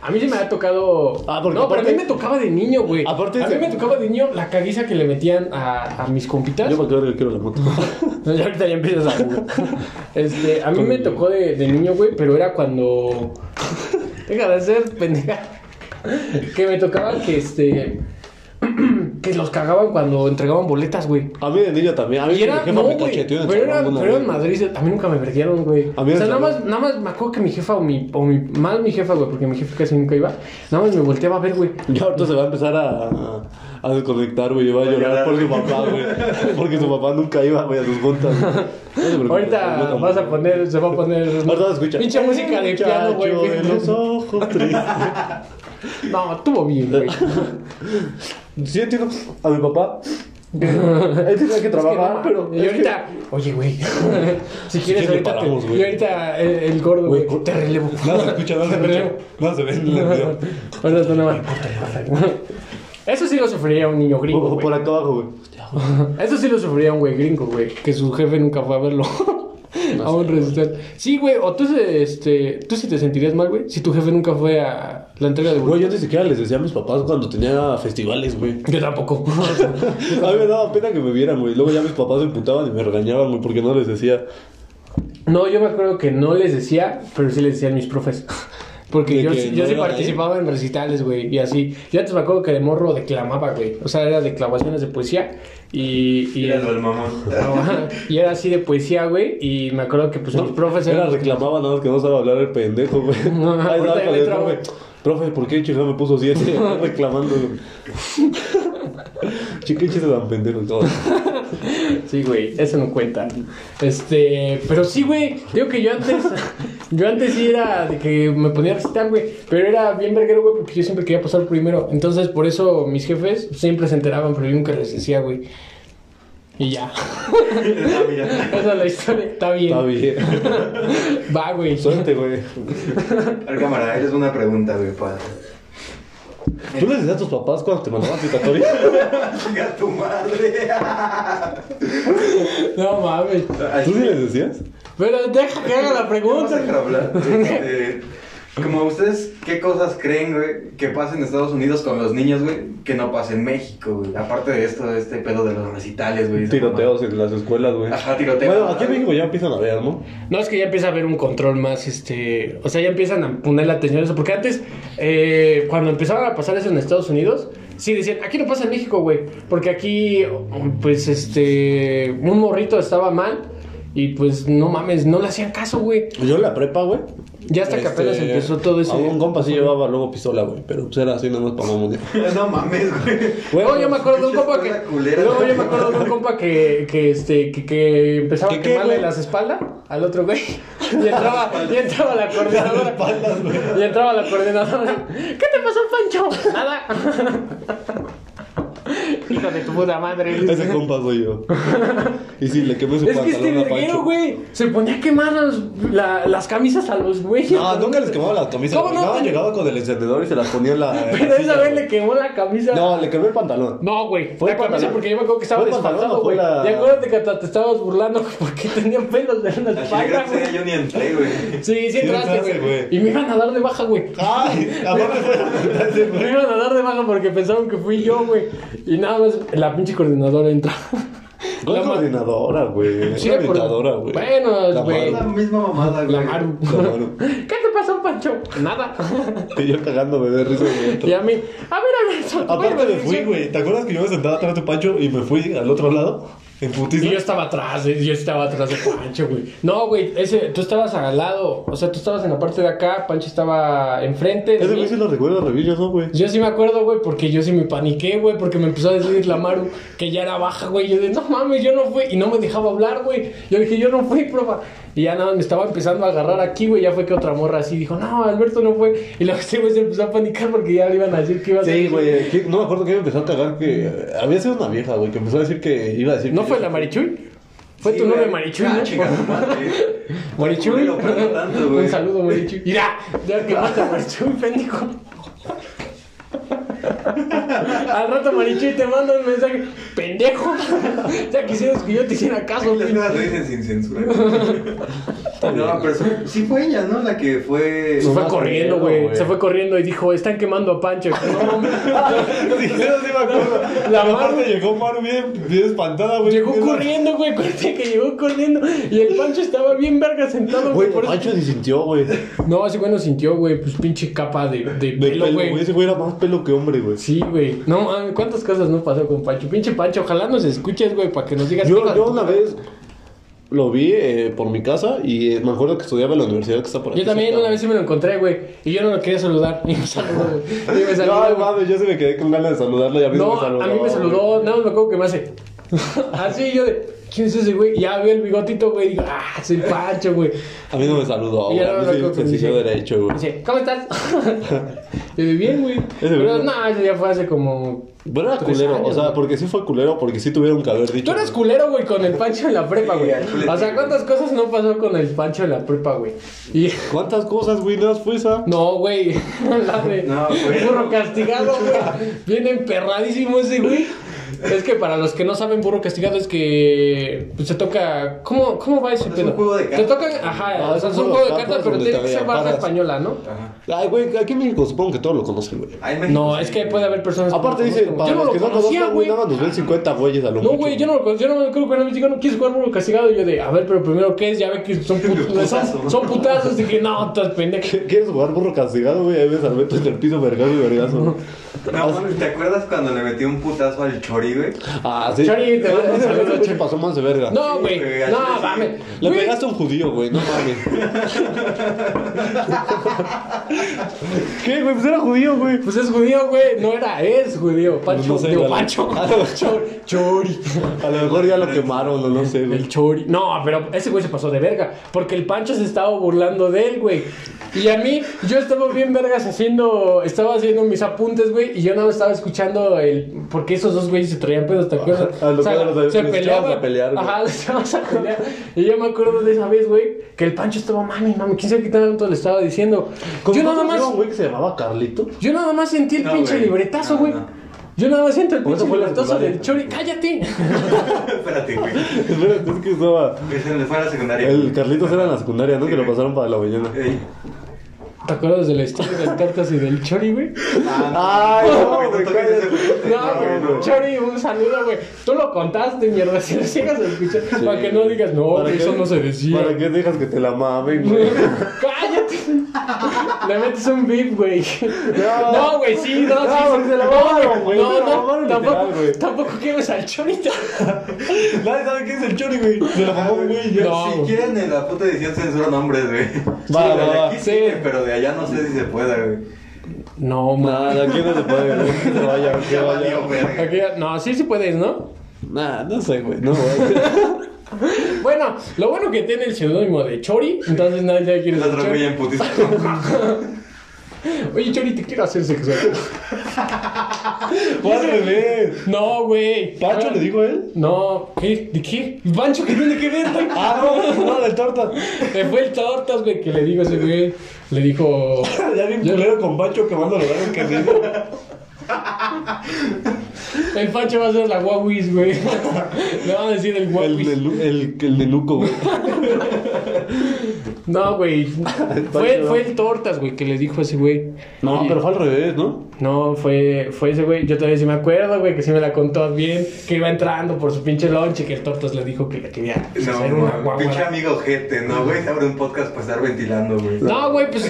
[SPEAKER 1] A mí se me ha tocado.
[SPEAKER 2] Ah, porque
[SPEAKER 1] no, pero a
[SPEAKER 2] aparte-
[SPEAKER 1] mí me tocaba de niño, güey.
[SPEAKER 2] Aparte
[SPEAKER 1] a mí
[SPEAKER 2] de-
[SPEAKER 1] me tocaba de niño la caguiza que le metían a, a mis compitas.
[SPEAKER 2] Yo me acuerdo que quiero la moto.
[SPEAKER 1] No, ya ahorita ya empiezas a. Este, a mí me tocó de, de niño, güey, pero era cuando. Deja de ser pendeja. Que me tocaba que este. Que los cagaban cuando entregaban boletas, güey.
[SPEAKER 2] A mí de niño también. A mí
[SPEAKER 1] Y era,
[SPEAKER 2] mi jefa
[SPEAKER 1] no,
[SPEAKER 2] me
[SPEAKER 1] güey,
[SPEAKER 2] cacheteó en el
[SPEAKER 1] pero
[SPEAKER 2] salón
[SPEAKER 1] eran,
[SPEAKER 2] una
[SPEAKER 1] pero eran
[SPEAKER 2] vez.
[SPEAKER 1] madrizas, a mí nunca me vertieron, güey.
[SPEAKER 2] A mí
[SPEAKER 1] O sea,
[SPEAKER 2] en
[SPEAKER 1] nada
[SPEAKER 2] el
[SPEAKER 1] más,
[SPEAKER 2] salón.
[SPEAKER 1] nada más me acuerdo que mi jefa o mi, o mi, más mi jefa, güey, porque mi jefa casi nunca iba, nada más me volteaba a ver, güey.
[SPEAKER 2] Ya ahorita se va a empezar a, a desconectar, güey. y Va a llorar por su papá, güey. Porque su papá nunca iba, güey, a sus juntas. güey. No te preocupes,
[SPEAKER 1] Ahorita
[SPEAKER 2] nunca
[SPEAKER 1] vas a
[SPEAKER 2] más.
[SPEAKER 1] poner, se va a poner.
[SPEAKER 2] Ahorita vas a escuchar. Eh,
[SPEAKER 1] Pinche música de
[SPEAKER 2] Muchacho
[SPEAKER 1] piano, güey.
[SPEAKER 2] de los ojos tristes.
[SPEAKER 1] No, estuvo bien, güey.
[SPEAKER 2] Sí, entiendo a mi papá. Él tenía que trabajar,
[SPEAKER 1] Es que no,
[SPEAKER 2] pero.
[SPEAKER 1] Y ahorita, oye, güey. si quieres,
[SPEAKER 2] le
[SPEAKER 1] ahorita.
[SPEAKER 2] paramos,
[SPEAKER 1] te-
[SPEAKER 2] güey.
[SPEAKER 1] y ahorita el, el gordo,
[SPEAKER 2] Güey,
[SPEAKER 1] güey. Te relevo.
[SPEAKER 2] Nada se escucha, nada se
[SPEAKER 1] Te
[SPEAKER 2] escucha.
[SPEAKER 1] relevo.
[SPEAKER 2] Nada se ve en el video.
[SPEAKER 1] Ahora tú nomás. Eso sí lo sufriría un niño
[SPEAKER 2] O-
[SPEAKER 1] gringo.
[SPEAKER 2] o
[SPEAKER 1] güey.
[SPEAKER 2] Por acá abajo, güey.
[SPEAKER 1] Eso sí lo sufría un güey gringo, güey. Que su jefe nunca fue a verlo. a un restaurante. Sí, güey. O tú, se- este, tú sí te sentirías mal, güey. Si tu jefe nunca fue a la entrega de
[SPEAKER 2] Güey,
[SPEAKER 1] boletos.
[SPEAKER 2] yo ni siquiera les decía a mis papás cuando tenía festivales, güey.
[SPEAKER 1] Yo tampoco.
[SPEAKER 2] A mí me daba pena que me vieran, güey. Luego ya mis papás se emputaban y me regañaban, güey, porque no les decía.
[SPEAKER 1] No, yo me acuerdo que no les decía, pero sí les decían mis profes. Porque
[SPEAKER 2] De
[SPEAKER 1] yo,
[SPEAKER 2] que
[SPEAKER 1] sí-
[SPEAKER 2] no
[SPEAKER 1] yo sí
[SPEAKER 2] iban a ir.
[SPEAKER 1] participaba en recitales, güey, y así. Yo antes me acuerdo que de morro declamaba, güey. O sea, era declamaciones de poesía y... y-
[SPEAKER 3] Míralo al mamón.
[SPEAKER 1] y era así de poesía, güey, y me acuerdo que pues mis profes
[SPEAKER 2] Era
[SPEAKER 1] eran...
[SPEAKER 2] reclamaba nada más que no sabía hablar el pendejo, güey.
[SPEAKER 1] No,
[SPEAKER 2] Ahí
[SPEAKER 1] ahorita
[SPEAKER 2] estaba
[SPEAKER 1] ya
[SPEAKER 2] con
[SPEAKER 1] le
[SPEAKER 2] el
[SPEAKER 1] trabo.
[SPEAKER 2] profe. Profe, ¿por qué chingada me puso 7? reclamando, güey. Che, qué chiste tan pendejo todo.
[SPEAKER 1] Sí, güey, eso no cuenta. Este, pero sí, güey, digo que yo antes, yo antes sí era de que me ponía a recitar, güey, pero era bien verguero, güey, porque yo siempre quería pasar primero. Entonces, por eso mis jefes siempre se enteraban, pero yo nunca les decía, güey. Y ya.
[SPEAKER 3] Ah, mira.
[SPEAKER 1] Esa es la historia. Está bien.
[SPEAKER 2] Está bien.
[SPEAKER 1] Va, güey.
[SPEAKER 2] Suerte, güey.
[SPEAKER 3] A ver, cámara, ahí les va una pregunta, güey, para.
[SPEAKER 2] ¿Tú le decías a tus papás cuando te mandaban citatoria?
[SPEAKER 3] ¡Chinga tu madre!
[SPEAKER 1] No mames.
[SPEAKER 2] ¿Tú sí les decías?
[SPEAKER 1] Pero deja que haga la
[SPEAKER 3] Vamos a
[SPEAKER 1] pregunta.
[SPEAKER 3] dejar hablar. Este, como ustedes, ¿qué cosas creen, güey, que pasa en Estados Unidos con los niños, güey, que no pasa en México, güey? Aparte de esto, de este pedo de los recitales, güey. esa
[SPEAKER 2] Tiroteos en las escuelas, güey.
[SPEAKER 3] Ajá, tiroteos.
[SPEAKER 2] Bueno, aquí en México ya empiezan a ver, ¿no?
[SPEAKER 1] No, es que ya empieza a haber un control más, este... O sea, ya empiezan a ponerle atención a eso. Porque antes, eh, cuando empezaban a pasar eso en Estados Unidos, sí decían, aquí no pasa en México, güey. Porque aquí, pues, este... Un morrito estaba mal y, pues, no mames, no le hacían caso, güey.
[SPEAKER 2] Yo en la prepa, güey.
[SPEAKER 1] Ya hasta que apenas empezó todo ese-
[SPEAKER 2] A un compa Este, sí llevaba luego pistola, güey. Pero pues era así, nada más para mamón.
[SPEAKER 3] mamada. No mames, güey.
[SPEAKER 1] Luego yo me acuerdo de un
[SPEAKER 3] pinche
[SPEAKER 1] compa que...
[SPEAKER 3] escuela culera.
[SPEAKER 1] Luego yo me acuerdo de un compa que, que, este, que, que empezaba a
[SPEAKER 2] ¿Que qué,
[SPEAKER 1] quemarle
[SPEAKER 2] güey?
[SPEAKER 1] las espaldas al otro güey. Y entraba, y entraba la coordinadora. y entraba la coordinadora. ¿Qué te pasó, Pancho? Nada. Hijo de tu puta madre.
[SPEAKER 2] Ese compa soy yo. Y sí, le quemé su
[SPEAKER 1] Es que este
[SPEAKER 2] pantalón a
[SPEAKER 1] verguero,
[SPEAKER 2] Pancho.
[SPEAKER 1] güey, se ponía a quemar los- la- las camisas a los güeyes.
[SPEAKER 2] No, nunca les quemaba las camisas.
[SPEAKER 1] ¿Cómo
[SPEAKER 2] güey.
[SPEAKER 1] no?
[SPEAKER 2] No, llegaba con el encendedor y se las ponía en la. en la
[SPEAKER 1] Pero esa
[SPEAKER 2] silla,
[SPEAKER 1] vez
[SPEAKER 2] güey.
[SPEAKER 1] le quemó la camisa.
[SPEAKER 2] No, le quemé el pantalón.
[SPEAKER 1] No, güey.
[SPEAKER 2] ¿Fue
[SPEAKER 1] la camisa
[SPEAKER 2] pantalón?
[SPEAKER 1] porque yo me acuerdo que estaba
[SPEAKER 2] ¿Fue pantalón
[SPEAKER 1] desfasado,
[SPEAKER 2] o fue
[SPEAKER 1] güey.
[SPEAKER 2] la-
[SPEAKER 1] Y acuérdate que hasta te estabas burlando porque tenía pelos de la
[SPEAKER 3] Así de
[SPEAKER 1] espalda,
[SPEAKER 3] grande
[SPEAKER 1] güey.
[SPEAKER 3] yo ni entré, güey.
[SPEAKER 1] Sí, sí entraste, güey.
[SPEAKER 2] entraste, güey.
[SPEAKER 1] Y me iban a dar de baja, güey.
[SPEAKER 2] Ay, aparte fue la puta ese,
[SPEAKER 1] Me
[SPEAKER 2] güey.
[SPEAKER 1] iban a dar de baja porque pensaron que fui yo, güey. Y nada más la pinche coordinadora entra.
[SPEAKER 2] No
[SPEAKER 1] La
[SPEAKER 2] es
[SPEAKER 1] ma-
[SPEAKER 2] coordinadora, güey.
[SPEAKER 1] Sí,
[SPEAKER 2] Sí,
[SPEAKER 1] la coordin-
[SPEAKER 2] coordinadora, güey.
[SPEAKER 1] Bueno,
[SPEAKER 2] La
[SPEAKER 1] güey.
[SPEAKER 3] Es la
[SPEAKER 2] mano.
[SPEAKER 3] misma mamada, güey.
[SPEAKER 1] La Maru.
[SPEAKER 2] La Maru.
[SPEAKER 1] ¿Qué te pasó, Pancho? Nada.
[SPEAKER 2] Y yo cagándome de risa. güey.
[SPEAKER 1] y a mí, a ver, a ver,
[SPEAKER 2] Aparte me fui, güey. ¿Te acuerdas que yo me sentaba atrás de Pancho y me fui al otro lado? En putiza.
[SPEAKER 1] Y yo estaba atrás, eh, yo estaba atrás de Pancho, güey. No, güey, ese, tú estabas al lado. O sea, tú estabas en la parte de acá, Pancho estaba enfrente. de
[SPEAKER 2] Ese
[SPEAKER 1] mí.
[SPEAKER 2] güey sí lo recuerdo, revillas, ¿no, güey?
[SPEAKER 1] Yo sí me acuerdo, güey, porque yo sí me paniqué, güey, porque me empezó a decir la Maru que ya era baja, güey. Yo de, no mames, yo no fui. Y no me dejaba hablar, güey. Yo dije, yo no fui, profa. Y ya nada, me estaba empezando a agarrar aquí, güey. Ya fue que otra morra así dijo, no, Alberto no fue. Y luego este güey se empezó a panicar porque ya le iban a decir que iba a
[SPEAKER 2] Sí,
[SPEAKER 1] ser-
[SPEAKER 2] güey. ¿quién- No me acuerdo que me empezó a cagar que. eh, Había sido una vieja, güey, que empezó a decir que iba a decir.
[SPEAKER 1] ¿No
[SPEAKER 2] que-
[SPEAKER 1] fue la Marichuy? Fue
[SPEAKER 3] Sí,
[SPEAKER 1] tu
[SPEAKER 3] güey.
[SPEAKER 1] novia Marichuy,
[SPEAKER 3] Ah,
[SPEAKER 1] ¿no?
[SPEAKER 3] chinga tu madre.
[SPEAKER 1] Marichuy.
[SPEAKER 3] Culero, pero no tanto, güey.
[SPEAKER 1] Un saludo, Marichuy. Mira, ya que mata Marichuy, pendejo. Al rato Marichuy te manda un mensaje, pendejo. Ya quisieras que yo te hiciera caso,
[SPEAKER 4] Las
[SPEAKER 1] güey.
[SPEAKER 4] cosas lo dicen sin censura.
[SPEAKER 3] No, pero sí- sí fue ella, ¿no? La que fue.
[SPEAKER 1] Se
[SPEAKER 2] No,
[SPEAKER 1] fue
[SPEAKER 2] más
[SPEAKER 1] corriendo,
[SPEAKER 2] miedo,
[SPEAKER 1] güey.
[SPEAKER 2] güey.
[SPEAKER 1] Se fue corriendo y dijo, están quemando a Pancho. No, mames.
[SPEAKER 2] Sí, eso sí me acuerdo.
[SPEAKER 1] La
[SPEAKER 2] La parte
[SPEAKER 1] Maru-
[SPEAKER 2] llegó Maru bien, bien espantada, güey.
[SPEAKER 1] Llegó
[SPEAKER 2] Bien-
[SPEAKER 1] corriendo, güey. Corte que llegó corriendo. Y el Pancho estaba bien verga sentado, güey.
[SPEAKER 2] Güey,
[SPEAKER 1] por eso-
[SPEAKER 2] Pancho ni sintió, güey. De
[SPEAKER 1] No, ese güey no sintió, güey. Pues pinche capa de, de pelo,
[SPEAKER 2] pelo,
[SPEAKER 1] güey.
[SPEAKER 2] güey. Ese güey era más pelo que hombre, güey.
[SPEAKER 1] Sí, güey. No, mami, ¿cuántas cosas no pasó con Pancho? Pinche Pancho, ojalá nos escuches, güey, para que nos digas
[SPEAKER 2] Yo,
[SPEAKER 1] cosas.
[SPEAKER 2] yo una vez lo vi eh, por mi casa y eh, me acuerdo que estudiaba en la universidad que está por aquí.
[SPEAKER 1] Yo también
[SPEAKER 2] cerca.
[SPEAKER 1] una vez sí me lo encontré, güey. Y yo no lo quería saludar. Ni me saludó, güey. Ni me saludó,
[SPEAKER 2] No, ay,
[SPEAKER 1] güey.
[SPEAKER 2] mames, yo sí me quedé con ganas de saludarlo y a mí
[SPEAKER 1] No,
[SPEAKER 2] me saludó.
[SPEAKER 1] a mí me
[SPEAKER 2] güey.
[SPEAKER 1] saludó. Nada más me acuerdo que me hace. Así yo de. ¿Quién es ese, güey? Ya veo el bigotito, güey. y Digo, ah, soy Pancho, güey.
[SPEAKER 2] A mí no me saludó,
[SPEAKER 1] Y
[SPEAKER 2] güey.
[SPEAKER 1] ya no
[SPEAKER 2] A
[SPEAKER 1] me
[SPEAKER 2] mí sí
[SPEAKER 1] acuerdo que
[SPEAKER 2] me
[SPEAKER 1] me
[SPEAKER 2] siguió
[SPEAKER 1] dice-
[SPEAKER 2] derecho, güey.
[SPEAKER 1] Dice, ¿cómo estás? Yo de bien, güey. Pero
[SPEAKER 2] güey.
[SPEAKER 1] no, eso ya fue hace como.
[SPEAKER 2] Pero era
[SPEAKER 1] Tres
[SPEAKER 2] culero,
[SPEAKER 1] años,
[SPEAKER 2] o sea,
[SPEAKER 1] güey.
[SPEAKER 2] porque sí fue culero, porque sí tuvieron que haber dicho.
[SPEAKER 1] Tú eres culero, güey, con el Pancho en la prepa,
[SPEAKER 3] Sí,
[SPEAKER 1] güey.
[SPEAKER 3] al chile
[SPEAKER 1] O sea,
[SPEAKER 3] sí,
[SPEAKER 1] ¿cuántas cosas no pasó con el Pancho en la prepa, güey? Y.
[SPEAKER 2] ¿Cuántas cosas, güey? Nada más fue esa.
[SPEAKER 1] No, güey. La de
[SPEAKER 3] No, güey.
[SPEAKER 1] burro castigado, güey. Viene emperradísimo ese, güey. Es que para los que no saben, burro castigado es que pues, se toca. ¿Cómo, ¿Cómo va ese
[SPEAKER 3] Es un
[SPEAKER 1] pedo?
[SPEAKER 3] juego de
[SPEAKER 1] Te
[SPEAKER 3] cartas.
[SPEAKER 1] tocan, ajá,
[SPEAKER 2] Ah,
[SPEAKER 1] o sea, es un juego de cartas, pero
[SPEAKER 2] donde
[SPEAKER 1] tiene que
[SPEAKER 2] te
[SPEAKER 1] ser barra
[SPEAKER 2] amparas.
[SPEAKER 1] española, ¿no?
[SPEAKER 3] Ajá.
[SPEAKER 2] Ay, güey, aquí en México supongo que todos lo conocen, güey.
[SPEAKER 3] Ahí en México
[SPEAKER 1] No,
[SPEAKER 3] sí.
[SPEAKER 1] es que puede haber personas. que
[SPEAKER 2] Aparte
[SPEAKER 1] no
[SPEAKER 2] dice,
[SPEAKER 1] conozcan,
[SPEAKER 2] para
[SPEAKER 1] güey.
[SPEAKER 2] los que no conocen, güey,
[SPEAKER 1] güey.
[SPEAKER 2] nada más nos ven 50 güeyes a lo
[SPEAKER 1] No,
[SPEAKER 2] mucho,
[SPEAKER 1] güey, yo no lo conozco, yo no me acuerdo cuando me dijeron, ¿quieres jugar burro castigado? Y yo de, a ver, pero primero, ¿qué es? Ya ve que son, put- son,
[SPEAKER 3] Putazo.
[SPEAKER 1] son putazos. Y dije, no, estás pendejo.
[SPEAKER 2] ¿Quieres jugar burro castigado, güey? Ahí ves al Beto en el piso, vergazo y vergazo.
[SPEAKER 3] No, mames, ¿te acuerdas cuando le metí un putazo al Chori, güey?
[SPEAKER 2] Ah, sí.
[SPEAKER 1] Chori, te mando un
[SPEAKER 2] Ese
[SPEAKER 1] saludo,
[SPEAKER 2] güey se
[SPEAKER 1] Chori.
[SPEAKER 2] pasó más de verga.
[SPEAKER 1] No,
[SPEAKER 3] Sí,
[SPEAKER 1] güey,
[SPEAKER 3] güey, al chile
[SPEAKER 1] no,
[SPEAKER 3] sí.
[SPEAKER 1] mames.
[SPEAKER 2] Le
[SPEAKER 1] Güey,
[SPEAKER 2] pegaste a un judío, güey, no mames. ¿Qué, güey? Pues era judío, güey.
[SPEAKER 1] Pues es judío, güey. No era, es judío. Pancho,
[SPEAKER 2] Pues No sé,
[SPEAKER 1] digo,
[SPEAKER 2] vale.
[SPEAKER 1] Pancho.
[SPEAKER 2] Ah, no.
[SPEAKER 1] Chor- chori.
[SPEAKER 2] A lo mejor ya lo quemaron, o no sé,
[SPEAKER 1] El
[SPEAKER 2] güey.
[SPEAKER 1] chori. No, pero ese güey se pasó de verga. Porque el Pancho se estaba burlando de él, güey. Y a mí, yo estaba bien vergas haciendo. Estaba haciendo mis apuntes, güey. Y yo no estaba escuchando el. Porque esos dos güeyes se traían pedos, ¿te acuerdas?
[SPEAKER 2] Ah, lo que los-
[SPEAKER 1] se
[SPEAKER 2] los
[SPEAKER 1] peleaban.
[SPEAKER 2] echabas a pelear, güey.
[SPEAKER 1] Ajá, los echabas a pelear. Y yo me acuerdo de esa vez, güey. Que el Pancho estaba, mami, mami. ¿Quién sabe qué tanto le estaba diciendo? Yo nada más.
[SPEAKER 2] un güey que se llamaba Carlito?
[SPEAKER 1] Yo nada más sentí el
[SPEAKER 3] No,
[SPEAKER 1] pinche
[SPEAKER 3] güey.
[SPEAKER 1] libretazo,
[SPEAKER 3] No,
[SPEAKER 1] güey.
[SPEAKER 3] no.
[SPEAKER 1] Yo nada más siento el
[SPEAKER 2] Por eso
[SPEAKER 1] pinche
[SPEAKER 2] fue la
[SPEAKER 1] libretazo del chori.
[SPEAKER 2] secundaria.
[SPEAKER 1] ¡Cállate!
[SPEAKER 3] Espérate, güey.
[SPEAKER 2] Espérate, es que estaba...
[SPEAKER 3] Ese le fue a la secundaria.
[SPEAKER 2] El Carlitos era en la secundaria, ¿no? Que lo pasaron para la mañana.
[SPEAKER 3] Ey.
[SPEAKER 1] ¿Te acuerdas de la historia de las cartas y del chori, güey?
[SPEAKER 2] Ay,
[SPEAKER 3] no,
[SPEAKER 2] no,
[SPEAKER 3] güey,
[SPEAKER 2] güey,
[SPEAKER 3] no toques ese
[SPEAKER 2] cállate.
[SPEAKER 3] punto.
[SPEAKER 1] No, güey,
[SPEAKER 3] no.
[SPEAKER 1] chori, un saludo, güey. Tú lo contaste, mierda. Si lo sigas a escuchar, para que no digas, no,
[SPEAKER 2] ¿Para
[SPEAKER 1] güey,
[SPEAKER 2] qué-
[SPEAKER 1] eso no se decía.
[SPEAKER 2] ¿Para qué dejas que te la mamen, güey?
[SPEAKER 1] ¡Cállate! Le metes un beep, güey.
[SPEAKER 2] No.
[SPEAKER 1] No, güey, sí, no,
[SPEAKER 2] No,
[SPEAKER 1] sí.
[SPEAKER 2] porque
[SPEAKER 1] sí.
[SPEAKER 2] se la mamaron, güey,
[SPEAKER 1] No,
[SPEAKER 2] se la
[SPEAKER 1] no,
[SPEAKER 2] mamaron
[SPEAKER 1] tampoco,
[SPEAKER 2] literal, güey.
[SPEAKER 1] tampoco quieres al chorita.
[SPEAKER 2] Nadie sabe quién es el Chori, güey. Se la mamó, güey. ya.
[SPEAKER 1] No.
[SPEAKER 3] Si quieren en la puta edición censura nombres, güey.
[SPEAKER 2] Va,
[SPEAKER 3] Sí,
[SPEAKER 2] va,
[SPEAKER 3] de
[SPEAKER 2] va.
[SPEAKER 3] aquí
[SPEAKER 1] Sí.
[SPEAKER 3] sí, pero de allá no sé si se pueda, güey.
[SPEAKER 1] No, man.
[SPEAKER 2] Nada, aquí no se puede, güey. Que se vaya, que
[SPEAKER 3] Ya
[SPEAKER 2] vaya.
[SPEAKER 3] valió, verga.
[SPEAKER 1] Aquí- No, sí, sí puedes, ¿no?
[SPEAKER 2] Nah, no sé, güey. No, güey.
[SPEAKER 1] Bueno, lo bueno que tiene el seudónimo de Chori, entonces nadie quiere
[SPEAKER 3] El
[SPEAKER 1] ser
[SPEAKER 3] otro güey
[SPEAKER 1] Chori.
[SPEAKER 3] en putiza.
[SPEAKER 1] Oye, Chori, te quiero hacer sexual.
[SPEAKER 2] Fue al revés.
[SPEAKER 1] No, güey.
[SPEAKER 2] ¿Pancho
[SPEAKER 1] Ah,
[SPEAKER 2] le dijo a él?
[SPEAKER 1] No, ¿qué? ¿De qué? ¿Pancho qué tiene que ver, güey?
[SPEAKER 2] Ah, no, no, la torta.
[SPEAKER 1] Me fue el tortas, güey, que le digo a ese güey. Le dijo.
[SPEAKER 2] Ya bien culero con Pancho quemando los barrios que le dijo.
[SPEAKER 1] El Pancho va a ser la Huawei, güey. Le van a decir el
[SPEAKER 2] El,
[SPEAKER 1] Huawei.
[SPEAKER 2] de Lu- el, el de Luco, güey.
[SPEAKER 1] No, güey. Fue,
[SPEAKER 2] Pancho.
[SPEAKER 1] fue el tortas, güey, que le dijo a ese güey.
[SPEAKER 2] No,
[SPEAKER 1] Oye,
[SPEAKER 2] pero fue al revés, ¿no?
[SPEAKER 1] No, fue, fue ese güey. Yo todavía sí me acuerdo, güey, que sí me la contó bien. Que iba entrando por su pinche lonche, que el Tortas le dijo que le quería pues, hacer una
[SPEAKER 3] No, pinche
[SPEAKER 1] guagua.
[SPEAKER 3] amigo gente, ¿no, güey? Se abre un podcast para estar ventilando, güey.
[SPEAKER 1] No, güey, pues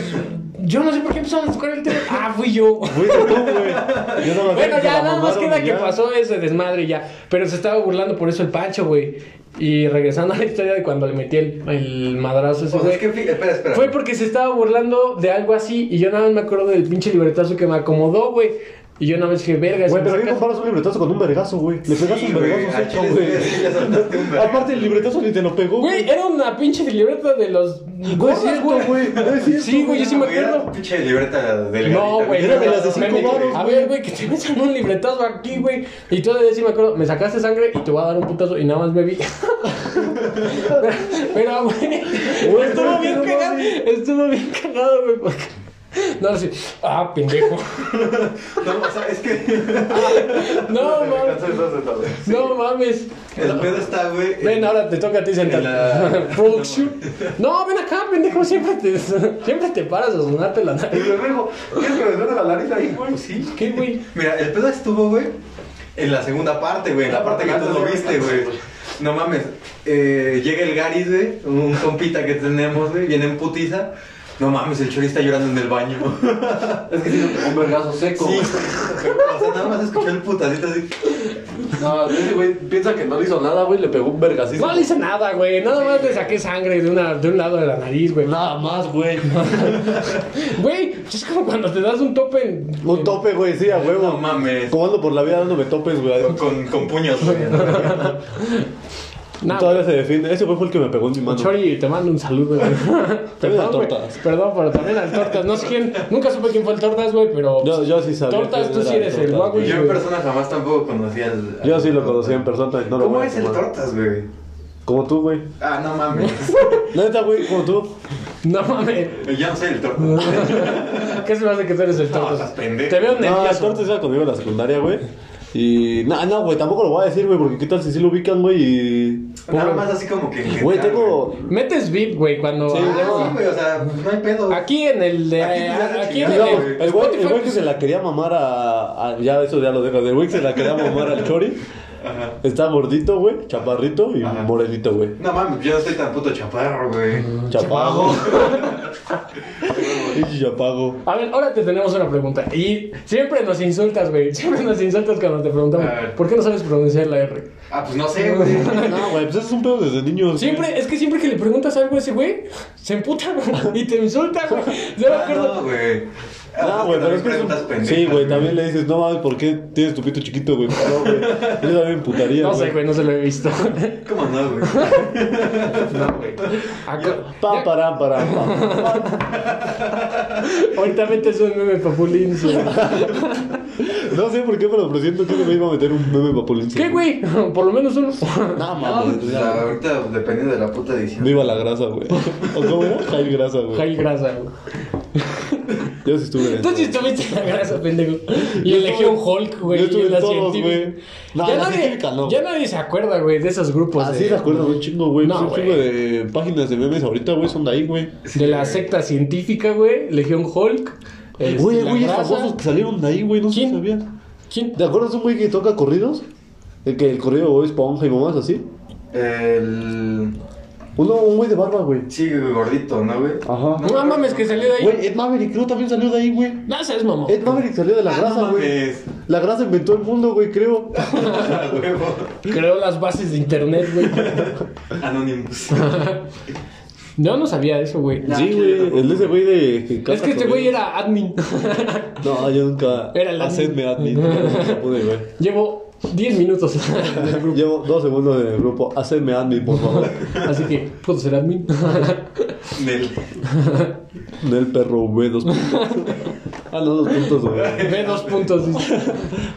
[SPEAKER 1] Yo no sé por qué empezaron a tocar el tema. Ah, fui yo.
[SPEAKER 2] Fuiste tú, güey. Yo nada más vi
[SPEAKER 1] Bueno,
[SPEAKER 2] que
[SPEAKER 1] ya
[SPEAKER 2] la
[SPEAKER 1] nada más
[SPEAKER 2] mamaron
[SPEAKER 1] queda
[SPEAKER 2] y
[SPEAKER 1] que
[SPEAKER 2] ya.
[SPEAKER 1] pasó ese desmadre y ya. Pero se estaba burlando por eso el Pancho, güey. Y regresando a la historia de cuando le metí el, el madrazo
[SPEAKER 2] Pues,
[SPEAKER 1] a ese
[SPEAKER 3] O sea,
[SPEAKER 1] güey.
[SPEAKER 3] es que, fi- espera, espera.
[SPEAKER 1] Fue porque se estaba burlando de algo así y yo nada más me acuerdo del pinche libertazo que me acomodó, güey. Y yo nada más dije, verga,
[SPEAKER 2] Güey,
[SPEAKER 1] si me
[SPEAKER 2] pero ¿qué
[SPEAKER 1] sacas-
[SPEAKER 2] comparas un libretazo con un vergazo, güey? Le pegas
[SPEAKER 3] Sí,
[SPEAKER 2] un
[SPEAKER 3] güey,
[SPEAKER 2] vergazo
[SPEAKER 3] al
[SPEAKER 2] seco,
[SPEAKER 3] chile sí, ya soltaste un
[SPEAKER 2] güey.
[SPEAKER 3] vergazo.
[SPEAKER 2] Aparte, el libretazo ni te lo pegó,
[SPEAKER 1] Güey, era una pinche libreta de los... Güey, sí,
[SPEAKER 2] Gordas, güey, no es cierto,
[SPEAKER 1] Sí, güey, yo sí me
[SPEAKER 3] Era
[SPEAKER 1] acuerdo.
[SPEAKER 3] Pinche libreta delgadita.
[SPEAKER 1] No, güey.
[SPEAKER 2] Era
[SPEAKER 1] no,
[SPEAKER 2] de las de
[SPEAKER 1] no,
[SPEAKER 2] cinco
[SPEAKER 1] me- me-
[SPEAKER 2] varos,
[SPEAKER 1] A
[SPEAKER 2] güey.
[SPEAKER 1] ver, güey, que te metan un libretazo aquí, güey. Y todavía sí me acuerdo, me sacaste sangre y te voy a dar un putazo y nada más me vi. pero, güey,
[SPEAKER 2] Güey,
[SPEAKER 1] estuvo
[SPEAKER 2] pero
[SPEAKER 1] bien
[SPEAKER 2] no
[SPEAKER 1] cagado.
[SPEAKER 2] mames.
[SPEAKER 1] Estuvo bien cagado, güey. porque- No, sí. Ah, pendejo.
[SPEAKER 3] No, o sea, es que.
[SPEAKER 1] No, mames.
[SPEAKER 3] Entonces, entonces, entonces.
[SPEAKER 1] No mames.
[SPEAKER 3] El pedo está, güey. en-
[SPEAKER 1] Ven, ahora te toca a ti sentar.
[SPEAKER 2] ah,
[SPEAKER 3] la-
[SPEAKER 1] Producción. No, ven acá, pendejo. Siempre te, siempre te paras a sonarte la nariz.
[SPEAKER 3] El bermejo. ¿Quieres que me duele la nariz ahí, güey? Sí.
[SPEAKER 1] ¿Qué, güey?
[SPEAKER 3] Mira, el pedo estuvo, güey, en la segunda parte, güey, en
[SPEAKER 1] Ah,
[SPEAKER 3] la parte que tú lo viste, güey. No mames, eh, llega el Garis, güey, un compita que tenemos, güey, viene en putiza. No mames, el chori está llorando en el baño.
[SPEAKER 5] Es que sí me pegó un vergazo seco.
[SPEAKER 3] Sí,
[SPEAKER 5] güey.
[SPEAKER 3] o sea, nada más escuché el putacito así.
[SPEAKER 5] No, ese güey piensa que no le hizo nada, güey, le pegó un vergacito.
[SPEAKER 1] No le hice nada, güey. Nada más le saqué sangre de, una, de un lado de la nariz, güey.
[SPEAKER 5] Nada más, güey.
[SPEAKER 1] Güey, es como cuando te das un tope en.
[SPEAKER 2] Un tope, güey, sí, a huevo.
[SPEAKER 3] No mames.
[SPEAKER 2] Como ando por la vida dándome topes, güey.
[SPEAKER 3] Con, con puños, güey.
[SPEAKER 1] Nah,
[SPEAKER 2] Todavía se defiende. Ese güey fue el que me pegó en mi mano.
[SPEAKER 1] Chori, te mando un saludo, güey.
[SPEAKER 2] al
[SPEAKER 1] Perdón, güey.
[SPEAKER 2] Tortas.
[SPEAKER 1] Perdón, pero también al Tortas. No sé quién. Nunca supe quién fue el Tortas, güey, pero.
[SPEAKER 2] Yo, yo sí sabía.
[SPEAKER 1] Tortas,
[SPEAKER 2] quién
[SPEAKER 1] tú
[SPEAKER 2] era
[SPEAKER 1] sí eres el
[SPEAKER 2] Tortas,
[SPEAKER 1] guapo.
[SPEAKER 2] güey.
[SPEAKER 3] Yo en persona jamás tampoco conocía al.
[SPEAKER 2] Yo sí lo conocía en persona. No lo
[SPEAKER 3] ¿Cómo
[SPEAKER 2] voy a
[SPEAKER 3] es el
[SPEAKER 2] tomar.
[SPEAKER 3] tortas, güey?
[SPEAKER 2] Como tú, güey.
[SPEAKER 3] Ah, no mames.
[SPEAKER 2] Neta, güey, como tú.
[SPEAKER 1] No mames.
[SPEAKER 3] Yo no soy el tortas.
[SPEAKER 1] ¿Qué se me hace que tú eres el
[SPEAKER 3] No,
[SPEAKER 1] Tortas?
[SPEAKER 3] estás pendejo.
[SPEAKER 1] Te veo
[SPEAKER 2] No, el
[SPEAKER 1] nervioso.
[SPEAKER 2] Tortas iba conmigo en la secundaria, güey. Y. No, no, güey, tampoco lo voy a decir, güey, porque qué tal si sí lo ubican, güey. Y.
[SPEAKER 3] Nada más así como que.
[SPEAKER 2] Güey, tengo.
[SPEAKER 1] Metes beat, güey, cuando.
[SPEAKER 2] Sí,
[SPEAKER 3] Ah,
[SPEAKER 2] luego-
[SPEAKER 3] sí, güey, o sea, no hay pedo.
[SPEAKER 1] Aquí en el de.
[SPEAKER 3] Aquí te das el
[SPEAKER 1] Aquí en
[SPEAKER 3] chingado,
[SPEAKER 2] Digamos,
[SPEAKER 1] el.
[SPEAKER 2] el güey, el güey que se
[SPEAKER 1] Spotify.
[SPEAKER 2] la quería mamar a, a- Ya, eso ya lo dejo. El güey que se la quería mamar al Chori. Está gordito, güey, chaparrito y
[SPEAKER 3] Ajá.
[SPEAKER 2] morenito, güey.
[SPEAKER 3] No mames, yo no estoy tan puto chaparro, güey.
[SPEAKER 2] Mm. Chapago. Y chapago.
[SPEAKER 1] A ver, ahora te tenemos una pregunta. Y siempre nos insultas, güey. Siempre nos insultas cuando te preguntamos.
[SPEAKER 3] A ver.
[SPEAKER 1] ¿Por qué no sabes pronunciar la R?
[SPEAKER 3] Ah, pues no sé, güey.
[SPEAKER 2] No, güey, pues eso es un pedo desde niños.
[SPEAKER 1] Siempre, es que siempre que le preguntas algo a ese güey, se emputa y te insulta, güey. Yo me
[SPEAKER 3] Ah, no,
[SPEAKER 1] acuerdo.
[SPEAKER 3] güey. Ah,
[SPEAKER 2] No, güey, pero es que. es un-
[SPEAKER 3] preguntas pendejas.
[SPEAKER 2] Sí, güey, también le dices, no mames, ¿por qué tienes tu pito chiquito, güey? No, güey. Yo también putaría.
[SPEAKER 1] No sé, güey, no se lo he visto.
[SPEAKER 3] ¿Cómo no, güey? no, güey.
[SPEAKER 1] Acá-
[SPEAKER 2] Pam, param, param, pam.
[SPEAKER 1] Ahorita metes un meme papulín. sí.
[SPEAKER 2] No sé por qué, pero presiento que me iba a meter un meme papulín.
[SPEAKER 1] ¿Qué, güey? Por lo menos uno.
[SPEAKER 2] No,
[SPEAKER 3] Ah,
[SPEAKER 2] mames.
[SPEAKER 3] pues, la- ahorita dependiendo de la puta edición.
[SPEAKER 2] Viva la grasa, güey. ¿O cómo era? Jaime grasa, güey.
[SPEAKER 1] Hay grasa, güey.
[SPEAKER 2] Yo sí estuve en
[SPEAKER 1] Tú sí
[SPEAKER 2] eso.
[SPEAKER 1] estuviste en la grasa, pendejo. Y
[SPEAKER 2] Yo
[SPEAKER 1] el Legión
[SPEAKER 2] estuve-
[SPEAKER 1] Hulk, güey.
[SPEAKER 2] yo estuve
[SPEAKER 1] y
[SPEAKER 2] en
[SPEAKER 1] la
[SPEAKER 2] todos,
[SPEAKER 1] científica.
[SPEAKER 2] güey. No,
[SPEAKER 1] ya,
[SPEAKER 2] la
[SPEAKER 1] nadie,
[SPEAKER 2] científica no. Pues Ah,
[SPEAKER 1] ya nadie se acuerda, güey, de esos grupos.
[SPEAKER 2] Así
[SPEAKER 1] de,
[SPEAKER 2] te acuerdas un chingo, güey.
[SPEAKER 1] No,
[SPEAKER 2] Pues un
[SPEAKER 1] güey. Este,
[SPEAKER 2] chingo de páginas de memes ahorita, güey, son de ahí, güey.
[SPEAKER 1] de la secta científica, güey. Legión Hulk. este,
[SPEAKER 2] Güey,
[SPEAKER 1] la
[SPEAKER 2] güey,
[SPEAKER 1] grasa.
[SPEAKER 2] famosos que salieron de ahí, güey, no se
[SPEAKER 1] ¿Quién?
[SPEAKER 2] sabía.
[SPEAKER 1] ¿Quién?
[SPEAKER 2] ¿Te acuerdas de un güey que toca corridos? El que el corrido de Bob Esponja y mamás así.
[SPEAKER 3] El.
[SPEAKER 2] Uno, un güey de barba, güey.
[SPEAKER 3] Sí, güey, gordito, ¿no, güey?
[SPEAKER 2] Ajá.
[SPEAKER 1] No mames, que salió de ahí. Eh,
[SPEAKER 2] Güey, Ed Maverick creo también salió de ahí, güey.
[SPEAKER 1] No seas mamón.
[SPEAKER 2] Ed Maverick salió de la
[SPEAKER 3] Ah,
[SPEAKER 2] grasa,
[SPEAKER 3] no
[SPEAKER 2] güey.
[SPEAKER 3] mames.
[SPEAKER 2] La grasa inventó el mundo, güey, creo.
[SPEAKER 3] Ah, huevo.
[SPEAKER 1] Creó las bases de internet, güey.
[SPEAKER 3] Anonymous.
[SPEAKER 1] Yo no sabía eso, güey.
[SPEAKER 2] Sí, güey. El de ese güey de.
[SPEAKER 1] Es que
[SPEAKER 2] canta
[SPEAKER 1] este
[SPEAKER 2] corridos.
[SPEAKER 1] güey era admin.
[SPEAKER 2] No, yo nunca.
[SPEAKER 1] Era el admin.
[SPEAKER 2] Hacedme admin. Nunca pude, güey.
[SPEAKER 1] Llevo 10 minutos en el grupo.
[SPEAKER 2] Llevo dos segundos en el grupo. Hacedme admin, por favor.
[SPEAKER 1] Así que, ¿puedo ser admin?
[SPEAKER 3] Nel.
[SPEAKER 2] Del perro, güey, dos puntos. Ah, no, dos puntos, güey.
[SPEAKER 1] Ve dos puntos. dice.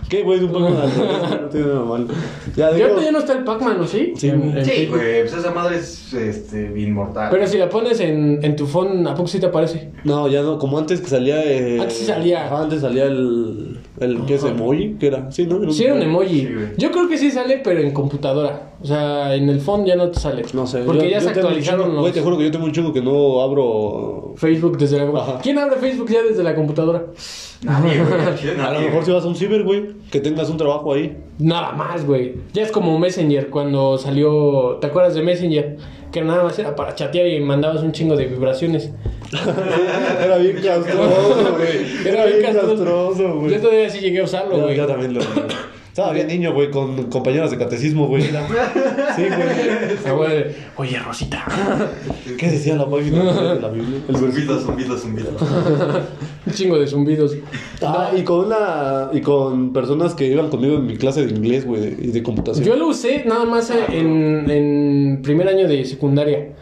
[SPEAKER 2] ¿Qué, güey? Es un poco de alcohol, No tiene nada mal. Ya,
[SPEAKER 1] Y
[SPEAKER 2] digo.
[SPEAKER 1] ahorita ya no está el Pac-Man, ¿o sí?
[SPEAKER 2] Sí,
[SPEAKER 1] En- en
[SPEAKER 3] Sí,
[SPEAKER 1] Facebook.
[SPEAKER 3] güey, pues esa madre es este, inmortal.
[SPEAKER 1] Pero si la pones en, en tu phone, ¿a poco sí te aparece?
[SPEAKER 2] No, ya no. Como antes que salía. eh,
[SPEAKER 1] Antes sí salía.
[SPEAKER 2] ajá, antes salía el. el ¿Qué es emoji? ¿Qué era? Sí, ¿no?
[SPEAKER 1] Sí, era un emoji.
[SPEAKER 3] Sí, güey.
[SPEAKER 1] Yo creo que sí sale, pero en computadora. O sea, en el phone ya no te sale.
[SPEAKER 2] No sé.
[SPEAKER 1] Porque
[SPEAKER 2] yo-
[SPEAKER 1] ya
[SPEAKER 2] yo
[SPEAKER 1] se
[SPEAKER 2] tengo un
[SPEAKER 1] actualizaron
[SPEAKER 2] chingo- Güey,
[SPEAKER 1] los
[SPEAKER 2] te juro que yo tengo un chingo que no abro.
[SPEAKER 1] Facebook desde la
[SPEAKER 2] Ajá.
[SPEAKER 1] computadora. ¿Quién abre Facebook ya desde la computadora?
[SPEAKER 3] Nadie, güey. al chile
[SPEAKER 2] A lo
[SPEAKER 3] nadie,
[SPEAKER 2] mejor si vas a un ciber, güey, que tengas un trabajo ahí.
[SPEAKER 1] Nada más, güey. Ya es como Messenger cuando salió. ¿Te acuerdas de Messenger? Que nada más era para chatear y mandabas un chingo de vibraciones.
[SPEAKER 2] Era bien castroso, güey. Era bien castroso, güey.
[SPEAKER 1] Yo todavía sí llegué a usarlo,
[SPEAKER 2] Yo,
[SPEAKER 1] güey.
[SPEAKER 2] yo también lo. Estaba bien niño, güey, con compañeras de catecismo, güey. Sí, güey.
[SPEAKER 1] Ah, güey, Oye, Rosita.
[SPEAKER 2] ¿Qué decía la página de la Biblia?
[SPEAKER 3] El zumbido, zumbido, zumbido.
[SPEAKER 1] Un chingo de zumbidos.
[SPEAKER 2] Ah, y con una. Y con personas que iban conmigo en mi clase de inglés, güey, y de computación.
[SPEAKER 1] Yo lo usé nada más
[SPEAKER 2] Ah,
[SPEAKER 1] en, en primer año de secundaria.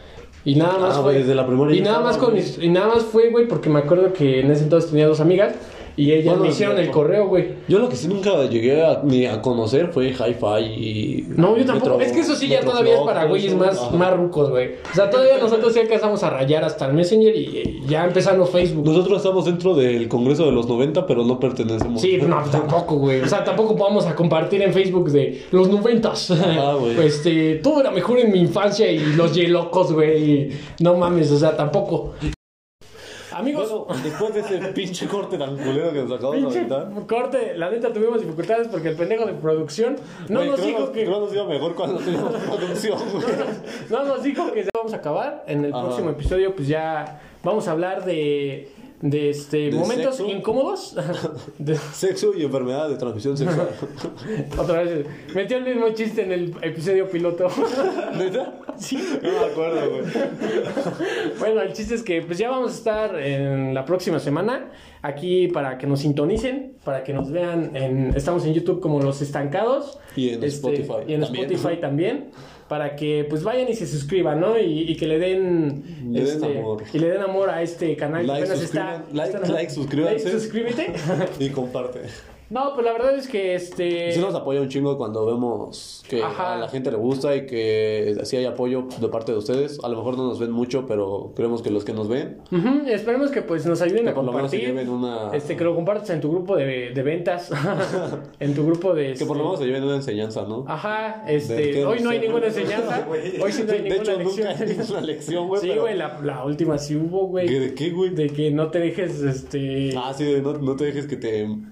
[SPEAKER 1] Y nada más
[SPEAKER 2] Ah,
[SPEAKER 1] fue.
[SPEAKER 2] güey, desde la primaria
[SPEAKER 1] y
[SPEAKER 2] ya
[SPEAKER 1] nada
[SPEAKER 2] estaba,
[SPEAKER 1] más con
[SPEAKER 2] güey.
[SPEAKER 1] mis- y nada más fue, güey, porque me acuerdo que en ese entonces tenía dos amigas y ellas
[SPEAKER 2] Bueno,
[SPEAKER 1] me hicieron el
[SPEAKER 2] no.
[SPEAKER 1] correo, güey.
[SPEAKER 2] Yo lo que sí nunca llegué a, ni a conocer fue hi-fi y.
[SPEAKER 1] No, yo tampoco.
[SPEAKER 2] Metro-
[SPEAKER 1] es que eso sí ya
[SPEAKER 2] Metroflog,
[SPEAKER 1] todavía es para
[SPEAKER 2] todo
[SPEAKER 1] güeyes
[SPEAKER 2] eso.
[SPEAKER 1] más,
[SPEAKER 2] Ajá.
[SPEAKER 1] más rucos, güey. O sea, todavía nosotros sí alcanzamos a rayar hasta el Messenger y eh, ya empezamos Facebook.
[SPEAKER 2] Nosotros estamos dentro del Congreso de los 90, pero no pertenecemos.
[SPEAKER 1] Sí, no, tampoco, güey. O sea, tampoco vamos a compartir en Facebook de los noventas.
[SPEAKER 2] Ah, güey.
[SPEAKER 1] este, todo era mejor en mi infancia y los yelocos, güey. No mames, o sea, tampoco. Amigos,
[SPEAKER 2] Bueno, después de ese pinche corte tan culero que nos acabamos de
[SPEAKER 1] pinche
[SPEAKER 2] aventar.
[SPEAKER 1] corte, la neta tuvimos dificultades porque el pendejo de producción no
[SPEAKER 2] güey,
[SPEAKER 1] nos
[SPEAKER 2] creo
[SPEAKER 1] dijo que...
[SPEAKER 2] creo nos iba mejor cuando teníamos producción, güey.
[SPEAKER 1] No nos dijo que ya vamos a acabar. En el
[SPEAKER 2] Ajá.
[SPEAKER 1] próximo episodio, pues ya vamos a hablar de, de este,
[SPEAKER 2] ¿De
[SPEAKER 1] momentos
[SPEAKER 2] sexo?
[SPEAKER 1] incómodos. De-
[SPEAKER 2] Sexo y enfermedad de transmisión sexual.
[SPEAKER 1] otra vez, metió el mismo chiste en el episodio piloto.
[SPEAKER 2] ¿Neta?
[SPEAKER 1] Sí.
[SPEAKER 2] No me acuerdo, güey.
[SPEAKER 1] Bueno, el chiste es que pues ya vamos a estar en la próxima semana aquí para que nos sintonicen, para que nos vean. En, estamos en YouTube como Los Estancados. Este,
[SPEAKER 2] Y en Spotify
[SPEAKER 1] Y en
[SPEAKER 2] también.
[SPEAKER 1] Spotify también. Para que pues vayan y se suscriban, ¿no? Y, y que le den,
[SPEAKER 2] Le den
[SPEAKER 1] este,
[SPEAKER 2] amor.
[SPEAKER 1] Y le den amor a este canal
[SPEAKER 2] Like,
[SPEAKER 1] que apenas está.
[SPEAKER 2] suscriban- like,
[SPEAKER 1] está-
[SPEAKER 2] like, suscríbanse.
[SPEAKER 1] like, suscríbete.
[SPEAKER 2] Y comparte.
[SPEAKER 1] no, pues la verdad es que este.
[SPEAKER 2] Sí nos apoya un chingo cuando vemos que
[SPEAKER 1] Ajá.
[SPEAKER 2] a la gente le gusta y que así hay apoyo de parte de ustedes. A lo mejor no nos ven mucho, pero creemos que los que nos ven,
[SPEAKER 1] Ujú, Esperemos que pues nos ayuden
[SPEAKER 2] que
[SPEAKER 1] a
[SPEAKER 2] por lo menos se
[SPEAKER 1] compartir.
[SPEAKER 2] lleven una...
[SPEAKER 1] Este, que lo compartas en tu grupo de, de ventas. en tu grupo de.
[SPEAKER 2] Que por
[SPEAKER 1] este,
[SPEAKER 2] lo menos se lleven una enseñanza, ¿no?
[SPEAKER 1] Ajá,
[SPEAKER 2] Del
[SPEAKER 1] este,
[SPEAKER 2] que
[SPEAKER 1] hoy no hay
[SPEAKER 2] sea.
[SPEAKER 1] ninguna enseñanza,
[SPEAKER 3] Güey.
[SPEAKER 1] hoy sí no hay
[SPEAKER 2] de
[SPEAKER 1] ninguna
[SPEAKER 2] hecho, nunca hay
[SPEAKER 1] lección.
[SPEAKER 2] ninguna lección, güey.
[SPEAKER 1] Sí,
[SPEAKER 2] pero-
[SPEAKER 1] güey, la, la última sí hubo,
[SPEAKER 2] ¿Que
[SPEAKER 1] güey,
[SPEAKER 2] ¿De qué, güey?
[SPEAKER 1] de que no te dejes, este,
[SPEAKER 2] Ah, sí, de no, no te dejes que te...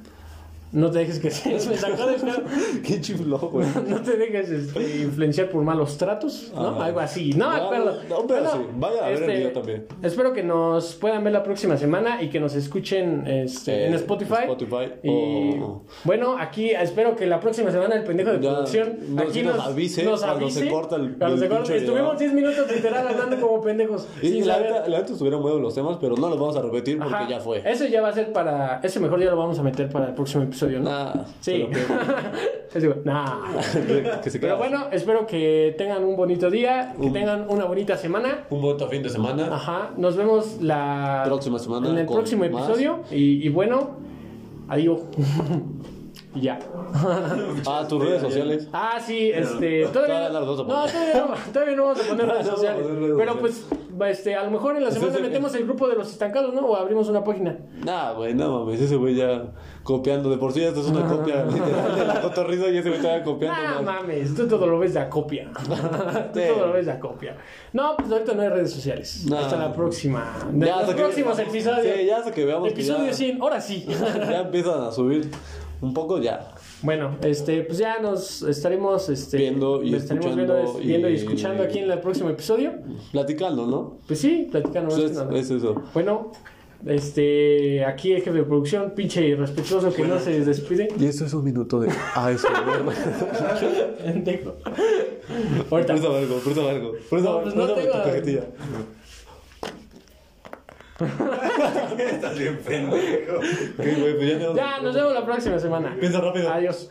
[SPEAKER 1] no te dejes que se me sacó de pedo.
[SPEAKER 2] Qué chifló, güey.
[SPEAKER 1] no te dejes, este, influenciar por malos tratos, ¿no?
[SPEAKER 2] Ah.
[SPEAKER 1] Algo así, no, me
[SPEAKER 2] No,
[SPEAKER 1] acuerdo.
[SPEAKER 2] no, pero sí, vaya a ver el video también.
[SPEAKER 1] Espero que nos puedan ver la próxima semana y que nos escuchen, este,
[SPEAKER 2] Eh,
[SPEAKER 1] en Spotify.
[SPEAKER 2] Spotify
[SPEAKER 1] Y,
[SPEAKER 2] o-
[SPEAKER 1] bueno, aquí espero que la próxima semana el pendejo de
[SPEAKER 2] Ya,
[SPEAKER 1] producción
[SPEAKER 2] no,
[SPEAKER 1] aquí
[SPEAKER 2] sí nos avise cuando se corta el-
[SPEAKER 1] cuando
[SPEAKER 2] el
[SPEAKER 1] se corta.
[SPEAKER 2] pinche video.
[SPEAKER 1] Estuvimos 10 minutos literal hablando como pendejos.
[SPEAKER 2] Y
[SPEAKER 1] sin
[SPEAKER 2] la
[SPEAKER 1] saber.
[SPEAKER 2] neta, la neta estuvieron buenos los temas, pero no los vamos a repetir porque
[SPEAKER 1] Ajá. Eh,
[SPEAKER 2] ya fue.
[SPEAKER 1] Eso ya va a ser para. Ese mejor ya lo vamos a meter para el próximo episodio, ¿no?
[SPEAKER 2] Nah,
[SPEAKER 1] sí. Es igual, nah.
[SPEAKER 2] pero- que se quede
[SPEAKER 1] Pero
[SPEAKER 2] así.
[SPEAKER 1] bueno, espero que tengan un bonito día, que
[SPEAKER 2] Un-
[SPEAKER 1] tengan una bonita semana.
[SPEAKER 2] Un bonito fin de semana.
[SPEAKER 1] Ajá, nos vemos la
[SPEAKER 2] Próxima semana
[SPEAKER 1] en el
[SPEAKER 2] con
[SPEAKER 1] próximo
[SPEAKER 2] más.
[SPEAKER 1] episodio. Y, y bueno, adiós. y ya.
[SPEAKER 2] Ah, tus redes sociales.
[SPEAKER 1] Ah, sí, este. Todavía,
[SPEAKER 2] Todavía no los vamos a
[SPEAKER 1] no, todavía no, todavía no vamos a poner redes
[SPEAKER 2] No, no vamos a
[SPEAKER 1] sociales.
[SPEAKER 2] poner redes
[SPEAKER 1] Pero pues, va, este, a lo mejor en la semana
[SPEAKER 2] ese-
[SPEAKER 1] metemos el grupo de los estancados, ¿no? O abrimos una página.
[SPEAKER 2] Nah, güey, no mames, ese güey ya copiando. De por sí, esto es una copia literal de la cotorriza y ese güey estaba copiando.
[SPEAKER 1] Ah,
[SPEAKER 2] más.
[SPEAKER 1] mames, tú todo lo ves de acopia. tú todo lo ves de acopia. No, pues ahorita no hay redes sociales.
[SPEAKER 2] No.
[SPEAKER 1] Hasta la próxima. De
[SPEAKER 2] Ya,
[SPEAKER 1] los
[SPEAKER 2] hasta que-
[SPEAKER 1] próximos episodios.
[SPEAKER 2] Sí, ya hasta que veamos. que
[SPEAKER 1] Episodio
[SPEAKER 2] ya,
[SPEAKER 1] 100, ahora sí.
[SPEAKER 2] ya empiezan a subir un poco ya.
[SPEAKER 1] bueno, este, pues ya nos estaremos este,
[SPEAKER 2] Viendo y
[SPEAKER 1] nos estaremos viendo,
[SPEAKER 2] escuchando y-
[SPEAKER 1] viendo y escuchando aquí en el próximo episodio.
[SPEAKER 2] Platicando, ¿no?
[SPEAKER 1] Pues sí, platicando más que
[SPEAKER 2] Pues es,
[SPEAKER 1] nada.
[SPEAKER 2] es eso.
[SPEAKER 1] Bueno, este, aquí el jefe de producción, pinche irrespetuoso que no se despide.
[SPEAKER 2] Y eso es un minuto de. Ah, eso,
[SPEAKER 1] Pendejo. Ahorita.
[SPEAKER 2] Prusa algo, prusa algo. Prusa
[SPEAKER 1] No, pues no
[SPEAKER 2] prusa
[SPEAKER 1] tengo-
[SPEAKER 2] tu cajetilla.
[SPEAKER 3] Estás bien pendejo.
[SPEAKER 2] Qué güey, pues ya tenemos- Pues,
[SPEAKER 1] Ah, Ya, nos vemos la próxima semana.
[SPEAKER 2] Piensa rápido.
[SPEAKER 1] Adiós.